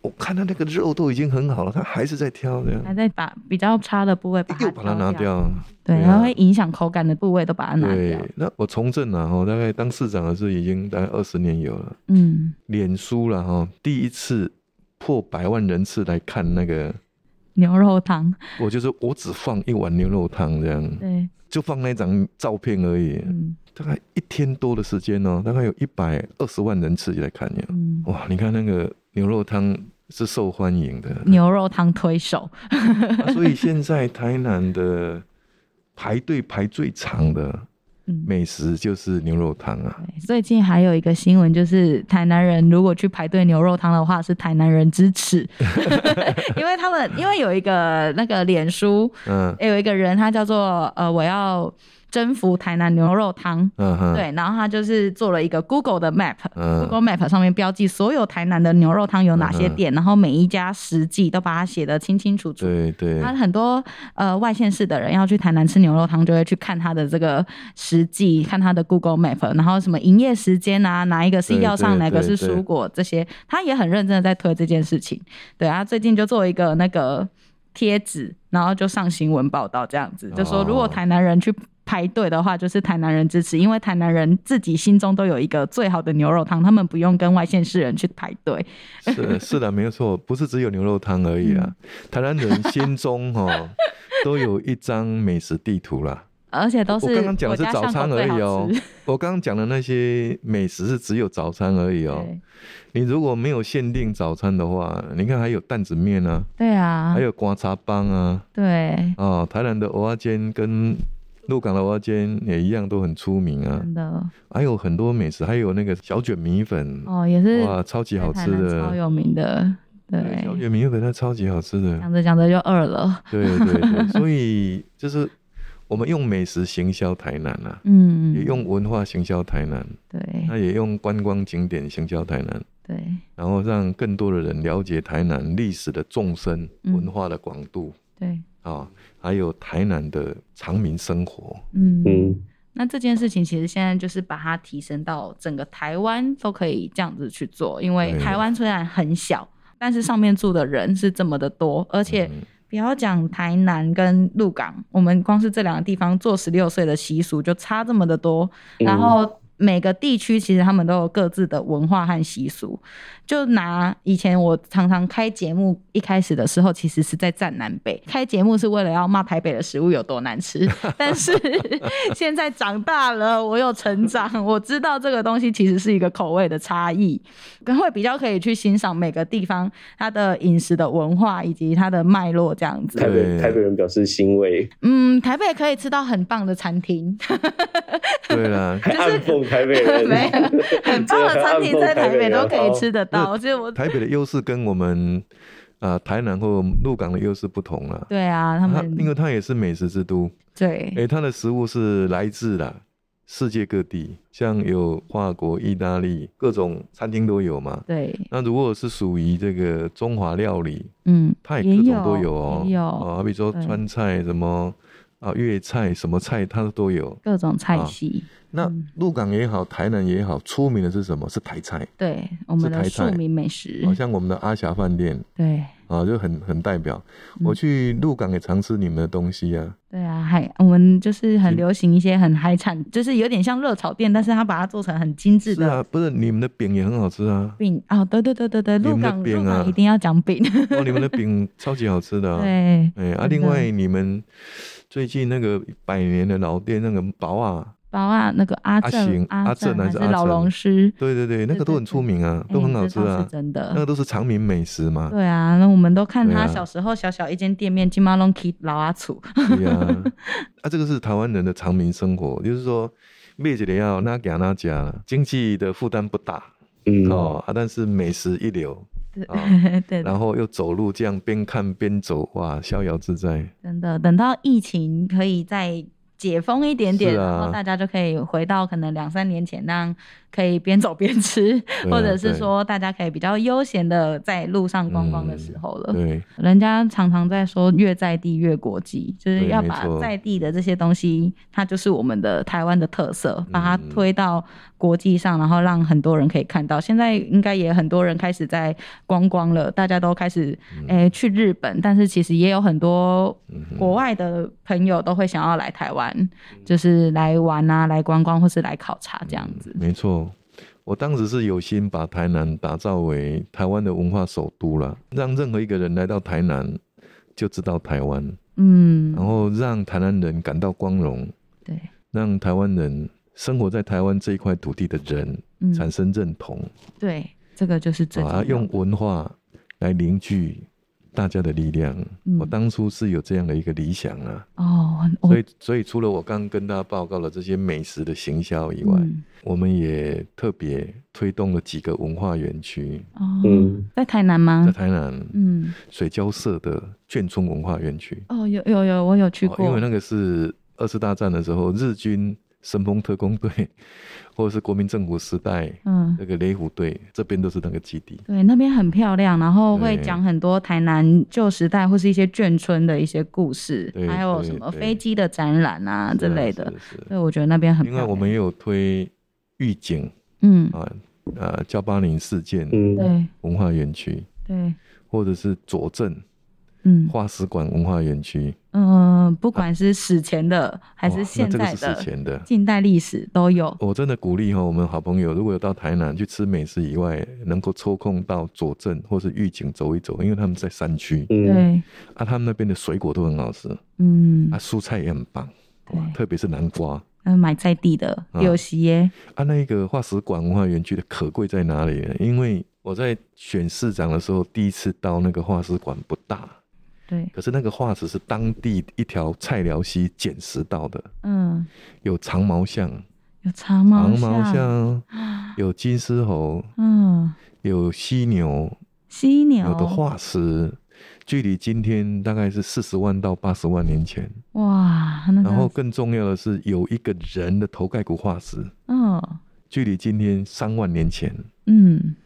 [SPEAKER 2] 我看他那个肉都已经很好了，他还是在挑这样，
[SPEAKER 1] 还在把比较差的部位把它
[SPEAKER 2] 哎又把它
[SPEAKER 1] 挑
[SPEAKER 2] 拿，掉。
[SPEAKER 1] 对，
[SPEAKER 2] 对啊
[SPEAKER 1] 然后会影响口感的部位都把它拿
[SPEAKER 2] 对
[SPEAKER 1] 掉，，
[SPEAKER 2] 那我从政了哈，大概当市长的是已经大概二十年有了。
[SPEAKER 1] 嗯，
[SPEAKER 2] 脸书了哈，第一次破百万人次来看那个，
[SPEAKER 1] 牛肉汤，
[SPEAKER 2] 我就是我只放一碗牛肉汤这样，
[SPEAKER 1] 对，
[SPEAKER 2] 就放那张照片而已，
[SPEAKER 1] 嗯
[SPEAKER 2] 大概一天多的时间哦，大概有一百二十万人次来看呀。
[SPEAKER 1] 嗯，
[SPEAKER 2] 哇，你看那个牛肉汤是受欢迎的，
[SPEAKER 1] 牛肉汤推手，
[SPEAKER 2] 啊所以现在台南的排队排最长的
[SPEAKER 1] 嗯。
[SPEAKER 2] 美食就是牛肉汤啊。
[SPEAKER 1] 对最近还有一个新闻，就是台南人如果去排队牛肉汤的话，是台南人之耻， 因为他们因为有一个那个脸书
[SPEAKER 2] 嗯
[SPEAKER 1] 有一个人，他叫做呃，我要征服台南牛肉汤，
[SPEAKER 2] 嗯哼，
[SPEAKER 1] 对，然后他就是做了一个 Google 的 map。Google
[SPEAKER 2] 嗯
[SPEAKER 1] Map 上面标记所有台南的牛肉汤有哪些店，然后每一家实际都把它写得清清楚楚。
[SPEAKER 2] 对对
[SPEAKER 1] 他很多呃外县市的人要去台南吃牛肉汤，就会去看他的这个实际，看他的 Google Map，然后什么营业时间啊，哪一个是
[SPEAKER 2] 对
[SPEAKER 1] 药上，
[SPEAKER 2] 对
[SPEAKER 1] 哪个是
[SPEAKER 2] 对
[SPEAKER 1] 蔬
[SPEAKER 2] 对
[SPEAKER 1] 果，这些他也很认真的在推这件事情。对啊，最近就做一个那个贴纸，然后就上新闻报道这样子，就说如果
[SPEAKER 2] 哦
[SPEAKER 1] 台南人去。排队的话，就是台南人支持，因为台南人自己心中都有一个最好的牛肉汤，他们不用跟外县市人去排队。
[SPEAKER 2] 是是的，没有错，不是只有牛肉汤而已啊。
[SPEAKER 1] 嗯
[SPEAKER 2] 台南人心中哦都有一张美食地图啦。
[SPEAKER 1] 而且哦都是
[SPEAKER 2] 我刚刚讲
[SPEAKER 1] 我
[SPEAKER 2] 的是
[SPEAKER 1] 家
[SPEAKER 2] 早
[SPEAKER 1] 巷口
[SPEAKER 2] 餐而
[SPEAKER 1] 最
[SPEAKER 2] 已
[SPEAKER 1] 好
[SPEAKER 2] 哦
[SPEAKER 1] 吃，
[SPEAKER 2] 我刚刚讲的那些美食是只有早餐而已哦。
[SPEAKER 1] 对
[SPEAKER 2] 你如果没有限定早餐的话，你看还有担子面啊，
[SPEAKER 1] 对啊，
[SPEAKER 2] 还有瓜茶帮啊，
[SPEAKER 1] 对，
[SPEAKER 2] 哦，台南的蚵仔煎跟鹿港的蚵仔煎也一样，都很出名啊。
[SPEAKER 1] 真的
[SPEAKER 2] 还有很多美食，还有那个小卷米粉，
[SPEAKER 1] 哦，也是
[SPEAKER 2] 哇，超级
[SPEAKER 1] 在
[SPEAKER 2] 好
[SPEAKER 1] 台
[SPEAKER 2] 吃
[SPEAKER 1] 南
[SPEAKER 2] 的。
[SPEAKER 1] 超有名的。欸
[SPEAKER 2] 对，小
[SPEAKER 1] 对，
[SPEAKER 2] 卷米粉它超级好吃的。
[SPEAKER 1] 讲着讲着就饿了。
[SPEAKER 2] 对对对，所以就是我们用美食行销台南啊，
[SPEAKER 1] 嗯，
[SPEAKER 2] 也哎用文化行销台南，
[SPEAKER 1] 对
[SPEAKER 2] 那也用观光景点行销台南，
[SPEAKER 1] 对
[SPEAKER 2] 然后让更多的人了解台南历史的纵深、
[SPEAKER 1] 嗯
[SPEAKER 2] 文化的广度
[SPEAKER 1] 对，
[SPEAKER 2] 啊、还有台南的常民生活。
[SPEAKER 1] 嗯
[SPEAKER 3] 嗯，
[SPEAKER 1] 那这件事情其实现在就是把它提升到整个台湾都可以这样子去做，因为
[SPEAKER 2] 对
[SPEAKER 1] 台湾虽然很小，但是上面住的人是这么的多，而且
[SPEAKER 2] 嗯
[SPEAKER 1] 不要讲台南跟鹿港，我们光是这两个地方做十六岁的习俗就差这么的多，
[SPEAKER 3] 嗯
[SPEAKER 1] 然后每个地区其实他们都有各自的文化和习俗。就拿以前我常常开节目一开始的时候，其实是在站南北，开节目是为了要骂台北的食物有多难吃。但是 现在长大了，我有成长，我知道这个东西其实是一个口味的差异，跟会比较可以去欣赏每个地方它的饮食的文化以及它的脉络这样子
[SPEAKER 3] 台。北
[SPEAKER 2] 对
[SPEAKER 3] 台北人表示欣慰，
[SPEAKER 1] 嗯，台北可以吃到很棒的餐厅。
[SPEAKER 2] 对啊啦，
[SPEAKER 3] 还暗讽台北 人。
[SPEAKER 1] 没有，很棒的餐厅在台北都可以吃得到。我觉得我
[SPEAKER 2] 台北的优势跟我们啊、台南或鹿港的优势不同啦。
[SPEAKER 1] 对啊，他
[SPEAKER 2] 它因
[SPEAKER 1] 们
[SPEAKER 2] 为它也是美食之都，
[SPEAKER 1] 对
[SPEAKER 2] 诶，它的食物是来自啦世界各地，像有法国、意大利各种餐厅都有嘛。
[SPEAKER 1] 对，
[SPEAKER 2] 那如果是属于这个中华料理，
[SPEAKER 1] 嗯，
[SPEAKER 2] 它
[SPEAKER 1] 也
[SPEAKER 2] 也各
[SPEAKER 1] 有
[SPEAKER 2] 种都有哦，
[SPEAKER 1] 也有
[SPEAKER 2] 啊，好比说
[SPEAKER 1] 对
[SPEAKER 2] 川菜什么啊，粤菜什么菜它都有。
[SPEAKER 1] 各种
[SPEAKER 2] 啊
[SPEAKER 1] 菜系，
[SPEAKER 2] 那
[SPEAKER 1] 嗯
[SPEAKER 2] 鹿港也好，台南也好，出名的是什么？是台菜，
[SPEAKER 1] 对我们的
[SPEAKER 2] 是台
[SPEAKER 1] 庶
[SPEAKER 2] 菜
[SPEAKER 1] 民美食
[SPEAKER 2] 好，像我们的阿霞饭店
[SPEAKER 1] 对
[SPEAKER 2] 啊，就很很代表。
[SPEAKER 1] 嗯
[SPEAKER 2] 我去鹿港也常吃你们的东西啊，
[SPEAKER 1] 对啊，海我们就是很流行一些很海产，就是有点像热炒店，但是它把它做成很精致
[SPEAKER 2] 是
[SPEAKER 1] 的，
[SPEAKER 2] 啊，不是你们的饼也很好吃啊
[SPEAKER 1] 饼啊，对对对对对，
[SPEAKER 2] 你
[SPEAKER 1] 鹿
[SPEAKER 2] 们的
[SPEAKER 1] 港
[SPEAKER 2] 饼
[SPEAKER 1] 鹿
[SPEAKER 2] 啊
[SPEAKER 1] 港一定要讲饼，
[SPEAKER 2] 哦，你们的饼超级好吃的 啊。
[SPEAKER 1] 对，
[SPEAKER 2] 哎啊，
[SPEAKER 1] 真的
[SPEAKER 2] 另外你们最近那个百年的老店那个薄啊，
[SPEAKER 1] 包啊那个阿
[SPEAKER 2] 阿
[SPEAKER 1] 正
[SPEAKER 2] 行阿
[SPEAKER 1] 正
[SPEAKER 2] 正还
[SPEAKER 1] 还
[SPEAKER 2] 是
[SPEAKER 1] 是
[SPEAKER 2] 阿
[SPEAKER 1] 老
[SPEAKER 2] 成
[SPEAKER 1] 龙师，
[SPEAKER 2] 对对对，那个都很出名啊，
[SPEAKER 1] 哎
[SPEAKER 2] 都很好吃
[SPEAKER 1] 这倒
[SPEAKER 2] 啊
[SPEAKER 1] 是，真
[SPEAKER 2] 那个
[SPEAKER 1] 的。
[SPEAKER 2] 都是长明美 食嘛。
[SPEAKER 1] 对啊，那我们都看
[SPEAKER 2] 对
[SPEAKER 1] 他
[SPEAKER 2] 啊
[SPEAKER 1] 小时候小小一间店面，金马龙 K 老阿楚，
[SPEAKER 2] 对呀、啊，啊，这个是台湾人的常民生活，就是说，灭绝的要那给那家，经济的负担不大
[SPEAKER 3] 嗯，
[SPEAKER 2] 哦啊，但是美食一流，
[SPEAKER 1] 对对
[SPEAKER 2] 然后又走路这样边看边走，哇，逍遥自在。
[SPEAKER 1] 真的，等到疫情可以再解封一点点，
[SPEAKER 2] 是啊
[SPEAKER 1] 然后大家就可以回到可能两三年前那样，可以边走边吃，
[SPEAKER 2] 对啊
[SPEAKER 1] 或者是说大家可以比较悠闲的在路上逛逛的时候了。
[SPEAKER 2] 对，
[SPEAKER 1] 人家常常在说越在地越国际，就是
[SPEAKER 2] 对
[SPEAKER 1] 要
[SPEAKER 2] 没
[SPEAKER 1] 把
[SPEAKER 2] 错
[SPEAKER 1] 在地的这些东西，它就是我们的台湾的特色，把它推到国际上，然后让很多人可以看到。现在应该也很多人开始在观光了，大家都开始
[SPEAKER 2] 嗯
[SPEAKER 1] 诶、去日本，但是其实也有很多国外的朋友都会想要来台湾，
[SPEAKER 2] 嗯
[SPEAKER 1] 就是来玩啊，来观光或是来考察这样子。
[SPEAKER 2] 嗯没错。我当时是有心把台南打造为台湾的文化首都了，让任何一个人来到台南就知道台湾，
[SPEAKER 1] 嗯，
[SPEAKER 2] 然后让台南人感到光荣，
[SPEAKER 1] 对，
[SPEAKER 2] 让台湾人生活在台湾这一块土地的人
[SPEAKER 1] 嗯，
[SPEAKER 2] 产生认同，
[SPEAKER 1] 对，这个就是最重要
[SPEAKER 2] 啊，
[SPEAKER 1] 的
[SPEAKER 2] 用文化来凝聚大家的力量。
[SPEAKER 1] 嗯
[SPEAKER 2] 我当初是有这样的一个理想啊，
[SPEAKER 1] 哦，我
[SPEAKER 2] 所以所以除了我刚跟大家报告了这些美食的行销以外，
[SPEAKER 1] 嗯
[SPEAKER 2] 我们也特别推动了几个文化园区，
[SPEAKER 1] 哦，
[SPEAKER 3] 嗯
[SPEAKER 1] 在台南
[SPEAKER 2] 在
[SPEAKER 1] 吗？
[SPEAKER 2] 台南
[SPEAKER 1] 嗯，
[SPEAKER 2] 水交社的眷村文化园区，
[SPEAKER 1] 哦，有有有，我有去
[SPEAKER 2] 哦
[SPEAKER 1] 过，
[SPEAKER 2] 因为那个是二次大战的时候日军。神风特工队， 或者是国民政府时代，
[SPEAKER 1] 嗯，
[SPEAKER 2] 那个雷虎队这边都是那个基地。
[SPEAKER 1] 对，那边很漂亮，然后会
[SPEAKER 2] 对
[SPEAKER 1] 讲很多台南旧时代或是一些眷村的一些故事，
[SPEAKER 2] 对
[SPEAKER 1] 还有
[SPEAKER 2] 对
[SPEAKER 1] 什么
[SPEAKER 2] 对
[SPEAKER 1] 飞机的展览啊
[SPEAKER 2] 是
[SPEAKER 1] 之
[SPEAKER 2] 啊
[SPEAKER 1] 类的。。
[SPEAKER 2] 是是
[SPEAKER 1] 对，我觉得那边很漂
[SPEAKER 2] 另外，
[SPEAKER 1] 亮。
[SPEAKER 2] 我们也有推预警
[SPEAKER 1] 嗯，
[SPEAKER 2] 啊，呃，幺八零事件
[SPEAKER 3] 嗯，
[SPEAKER 1] 对
[SPEAKER 2] 文化园区，
[SPEAKER 1] 对，
[SPEAKER 2] 或者是左镇
[SPEAKER 1] 嗯
[SPEAKER 2] 化石馆文化园区，
[SPEAKER 1] 嗯、呃不管是史前的还是
[SPEAKER 2] 哇
[SPEAKER 1] 现
[SPEAKER 2] 那这个
[SPEAKER 1] 在
[SPEAKER 2] 是
[SPEAKER 1] 的、
[SPEAKER 2] 史前哦的。
[SPEAKER 1] 近代历史都有。
[SPEAKER 2] 我真的鼓励哈，我们好朋友如果有到台南去吃美食以外，能够抽空到左镇或是预警走一走，因为他们在山区
[SPEAKER 3] 嗯，
[SPEAKER 1] 对，
[SPEAKER 2] 啊，他们那边的水果都很好吃
[SPEAKER 1] 嗯
[SPEAKER 2] 啊，，蔬菜也很棒，
[SPEAKER 1] 对
[SPEAKER 2] 哇，特别是南瓜
[SPEAKER 1] 嗯买在地的
[SPEAKER 2] 啊
[SPEAKER 1] 有席耶，
[SPEAKER 2] 啊。那一个化石馆文化园区的可贵在哪里呢？因为我在选市长的时候，第一次到那个化石馆不大，
[SPEAKER 1] 对，
[SPEAKER 2] 可是那个化石是当地一条菜寮溪捡拾到的，
[SPEAKER 1] 嗯，
[SPEAKER 2] 有长毛象、
[SPEAKER 1] 有长毛
[SPEAKER 2] 长
[SPEAKER 1] 象，啊
[SPEAKER 2] 毛象，有金丝猴，
[SPEAKER 1] 嗯，
[SPEAKER 2] 有犀牛，
[SPEAKER 1] 犀牛
[SPEAKER 2] 有的化石，距离今天大概是四十万到八十万年前。
[SPEAKER 1] 哇，那
[SPEAKER 2] 然后
[SPEAKER 1] 个，
[SPEAKER 2] 更重要的是，有一个人的头盖骨化石，
[SPEAKER 1] 嗯
[SPEAKER 2] 距离今天三万年前。
[SPEAKER 1] 嗯，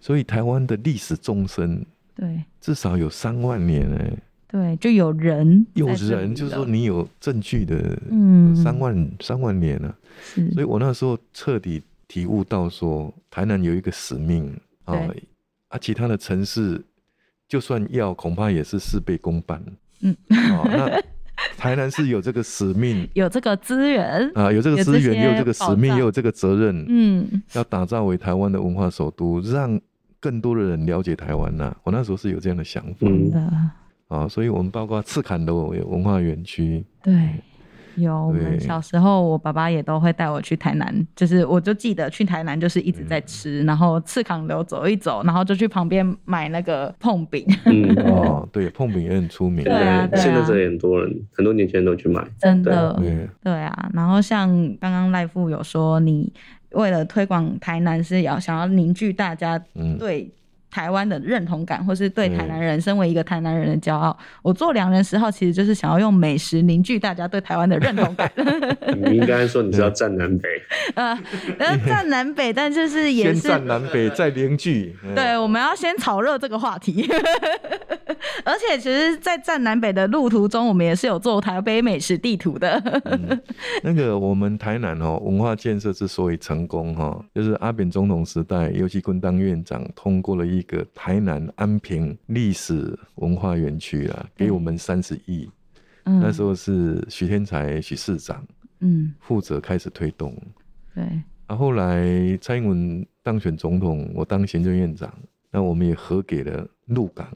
[SPEAKER 2] 所以台湾的历史纵深
[SPEAKER 1] 对
[SPEAKER 2] 至少有三万年哎、
[SPEAKER 1] 对，就有人
[SPEAKER 2] 有
[SPEAKER 1] 在这里
[SPEAKER 2] 人
[SPEAKER 1] 了
[SPEAKER 2] 就是说你有证据的，
[SPEAKER 1] 嗯
[SPEAKER 2] 三万三万年啊。
[SPEAKER 1] 是，
[SPEAKER 2] 所以我那时候彻底体悟到说，台南有一个使命啊
[SPEAKER 1] 对，
[SPEAKER 2] 啊，其他的城市就算要，恐怕也是事倍功半。
[SPEAKER 1] 嗯，
[SPEAKER 2] 啊，那台南是有这个使命
[SPEAKER 1] 有这个资源，
[SPEAKER 2] 啊，有这个
[SPEAKER 1] 有这
[SPEAKER 2] 资源，也有
[SPEAKER 1] 些
[SPEAKER 2] 这个
[SPEAKER 1] 保
[SPEAKER 2] 使命，
[SPEAKER 1] 障
[SPEAKER 2] 也有这个责任，
[SPEAKER 1] 嗯，
[SPEAKER 2] 要打造为台湾的文化首都，让更多的人了解台湾呐、我那时候是有这样的想法
[SPEAKER 1] 真
[SPEAKER 3] 嗯
[SPEAKER 1] 的
[SPEAKER 2] 啊，所以我们包括赤坎楼有文化园区，
[SPEAKER 1] 对。有，我们
[SPEAKER 2] 对
[SPEAKER 1] 小时候，我爸爸也都会带我去台南，就是我就记得去台南就是一直在吃，然后赤坎楼走一走，然后就去旁边买那个碰饼，
[SPEAKER 3] 嗯，
[SPEAKER 2] 哦，对，碰饼也很出名，
[SPEAKER 1] 对啊对啊
[SPEAKER 3] 现在这里很多人，很多年轻人都去买，
[SPEAKER 1] 真的，
[SPEAKER 2] 对
[SPEAKER 1] 对啊。然后像刚刚赖富有说，你为了推广台南是要想要凝聚大家
[SPEAKER 2] 嗯，
[SPEAKER 1] 对台湾的认同感，或是对
[SPEAKER 2] 嗯
[SPEAKER 1] 台南人身为一个台南人的骄傲。我做良人十号其实就是想要用美食凝聚大家对台湾的认同感。
[SPEAKER 3] 你应该说你是要站南 北，
[SPEAKER 1] 呃，呃，占南北，但就是也
[SPEAKER 2] 先
[SPEAKER 1] 是。
[SPEAKER 2] 占南北，再凝聚，嗯
[SPEAKER 1] 对，我们要先炒热这个话题， 而且其实，在占南北的路途中，我们也是有做台北美食地图的。
[SPEAKER 2] 那个我们台南哦，文化建设之所以成功哈、哦，就是阿扁总统时代，尤其坤当院长通过了一个台南安平历史文化园区啦，给我们三十亿。
[SPEAKER 1] 嗯
[SPEAKER 2] 那时候是许天才许市长
[SPEAKER 1] 嗯，
[SPEAKER 2] 负责开始推动，
[SPEAKER 1] 对，
[SPEAKER 2] 啊，后来蔡英文当选总统，我当行政院长，那我们也核给了鹿港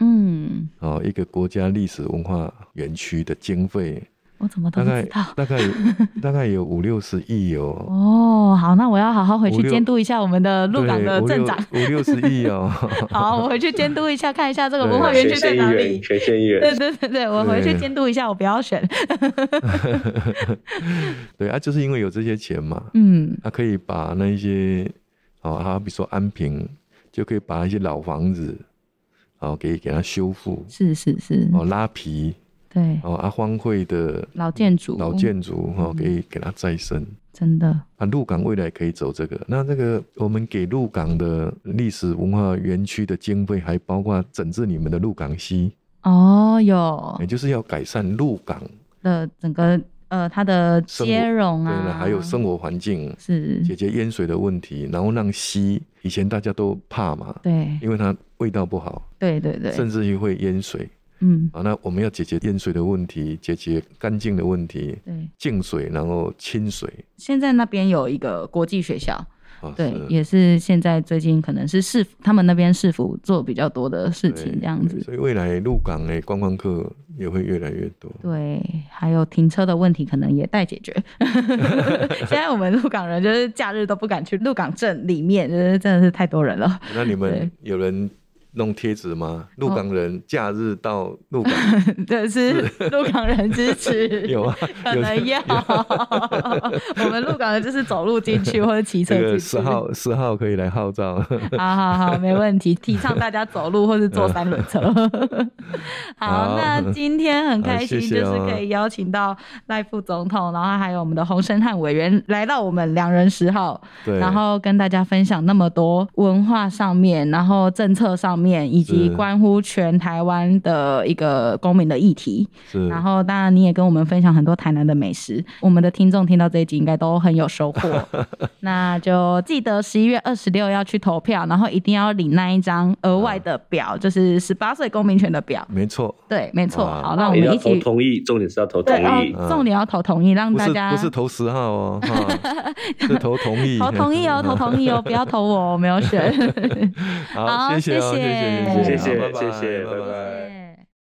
[SPEAKER 1] 嗯，
[SPEAKER 2] 哦一个国家历史文化园区的经费，
[SPEAKER 1] 我怎么都
[SPEAKER 2] 大
[SPEAKER 1] 不
[SPEAKER 2] 概
[SPEAKER 1] 知道。
[SPEAKER 2] 大概 有大概有五六十亿哦。
[SPEAKER 1] 哦，好，那我要好好回
[SPEAKER 2] 五
[SPEAKER 1] 去
[SPEAKER 2] 六
[SPEAKER 1] 监督一下我们的鹿港
[SPEAKER 2] 对
[SPEAKER 1] 的
[SPEAKER 2] 五
[SPEAKER 1] 镇
[SPEAKER 2] 六
[SPEAKER 1] 长。
[SPEAKER 2] 五六十亿 哦。
[SPEAKER 1] 好，我回去监督一下，看一下这个
[SPEAKER 2] 对
[SPEAKER 1] 文化园
[SPEAKER 3] 全
[SPEAKER 1] 区在
[SPEAKER 3] 县议
[SPEAKER 1] 哪里
[SPEAKER 3] 员，。全县议员
[SPEAKER 1] 对，对对对，我回去监督一下，我不要选。
[SPEAKER 2] 对啊，就是因为有这些钱嘛，
[SPEAKER 1] 嗯
[SPEAKER 2] 他、可以把那一些哦，啊，比如说安平，就可以把一些老房子哦给给它修复，
[SPEAKER 1] 是是是，
[SPEAKER 2] 哦拉皮，
[SPEAKER 1] 对，
[SPEAKER 2] 哦啊荒废的
[SPEAKER 1] 老建筑，
[SPEAKER 2] 老建筑
[SPEAKER 1] 嗯
[SPEAKER 2] 哦，给给它再生。
[SPEAKER 1] 真的，
[SPEAKER 2] 啊，鹿港未来可以走这个。那这个我们给鹿港的历史文化园区的经费，还包括整治你们的鹿港溪，
[SPEAKER 1] 哦，有
[SPEAKER 2] 也就是要改善鹿港，
[SPEAKER 1] 的整个呃，它的
[SPEAKER 2] 生活
[SPEAKER 1] 接
[SPEAKER 2] 对
[SPEAKER 1] 融
[SPEAKER 2] 了，
[SPEAKER 1] 啊，嗯
[SPEAKER 2] 还有生活环境，
[SPEAKER 1] 是，
[SPEAKER 2] 解决淹水的问题，然后让溪以前大家都怕嘛，
[SPEAKER 1] 对
[SPEAKER 2] 因为它味道不好，
[SPEAKER 1] 对对对，
[SPEAKER 2] 甚至于会淹水
[SPEAKER 1] 嗯，
[SPEAKER 2] 啊。那我们要解决淹水的问题，解决干净的问题，
[SPEAKER 1] 对。
[SPEAKER 2] 净水然后清水
[SPEAKER 1] 现在那边有一个国际学校，
[SPEAKER 2] 啊，
[SPEAKER 1] 对，
[SPEAKER 2] 是
[SPEAKER 1] 也是现在最近可能是市府他们那边市府做比较多的事
[SPEAKER 2] 对
[SPEAKER 1] 情这样
[SPEAKER 2] 对
[SPEAKER 1] 子。
[SPEAKER 2] 所以未来鹿港的观光客也会越来越多。
[SPEAKER 1] 对，还有停车的问题，可能也待解决。 现在我们鹿港人就是假日都不敢去鹿港镇里面，就是真的是太多人了。
[SPEAKER 2] 那你们
[SPEAKER 1] 对哦
[SPEAKER 2] 有人弄贴纸吗？鹿港人假日到鹿 港
[SPEAKER 1] 这是鹿港人支 持，
[SPEAKER 2] 有啊，
[SPEAKER 1] 可
[SPEAKER 2] 有
[SPEAKER 1] 能要。我们鹿港人就是走路进去或者骑车
[SPEAKER 2] 这
[SPEAKER 1] 进去。
[SPEAKER 2] 个十号十号可以来号召。
[SPEAKER 1] 好好好，没问题。提倡大家走路或是坐三轮 车。好，
[SPEAKER 2] 好
[SPEAKER 1] 那今天很开心，
[SPEAKER 2] 好谢谢
[SPEAKER 1] 就是
[SPEAKER 2] 哦
[SPEAKER 1] 可以邀请到赖副总统，然后还有我们的洪生汉委员来到我们两人十号，
[SPEAKER 2] 对，
[SPEAKER 1] 然后跟大家分享那么多文化上面，然后政策上面，以及
[SPEAKER 2] 是
[SPEAKER 1] 关乎全台湾的一个公民的议题。
[SPEAKER 2] 是
[SPEAKER 1] 然后，当然你也跟我们分享很多台南的美食，我们的听众听到这一集应该都很有收获。那就记得十一月二十六要去投票，然后一定要领那一张额外的表，就是十八岁公民权的表。
[SPEAKER 2] 没错，
[SPEAKER 1] 对，没错。
[SPEAKER 2] 哇
[SPEAKER 1] 好，让我
[SPEAKER 3] 也
[SPEAKER 1] 们
[SPEAKER 3] 要
[SPEAKER 1] 一
[SPEAKER 3] 投
[SPEAKER 1] 起。
[SPEAKER 3] 同意，重点是要投同
[SPEAKER 1] 对哦
[SPEAKER 3] 意，，
[SPEAKER 2] 嗯
[SPEAKER 1] 重点要投同意，让
[SPEAKER 2] 不
[SPEAKER 1] 大
[SPEAKER 2] 是
[SPEAKER 1] 家
[SPEAKER 2] 不是投十号哦， 哈是投同意，
[SPEAKER 1] 投同意 哦，投同意哦，不要投我，我没有选。
[SPEAKER 2] 好，谢谢哦，
[SPEAKER 1] 好谢
[SPEAKER 2] 谢谢，
[SPEAKER 1] 谢
[SPEAKER 2] 谢
[SPEAKER 3] 谢谢
[SPEAKER 2] 好拜拜
[SPEAKER 3] 谢谢
[SPEAKER 2] 拜
[SPEAKER 3] 拜拜
[SPEAKER 2] 拜。
[SPEAKER 1] 对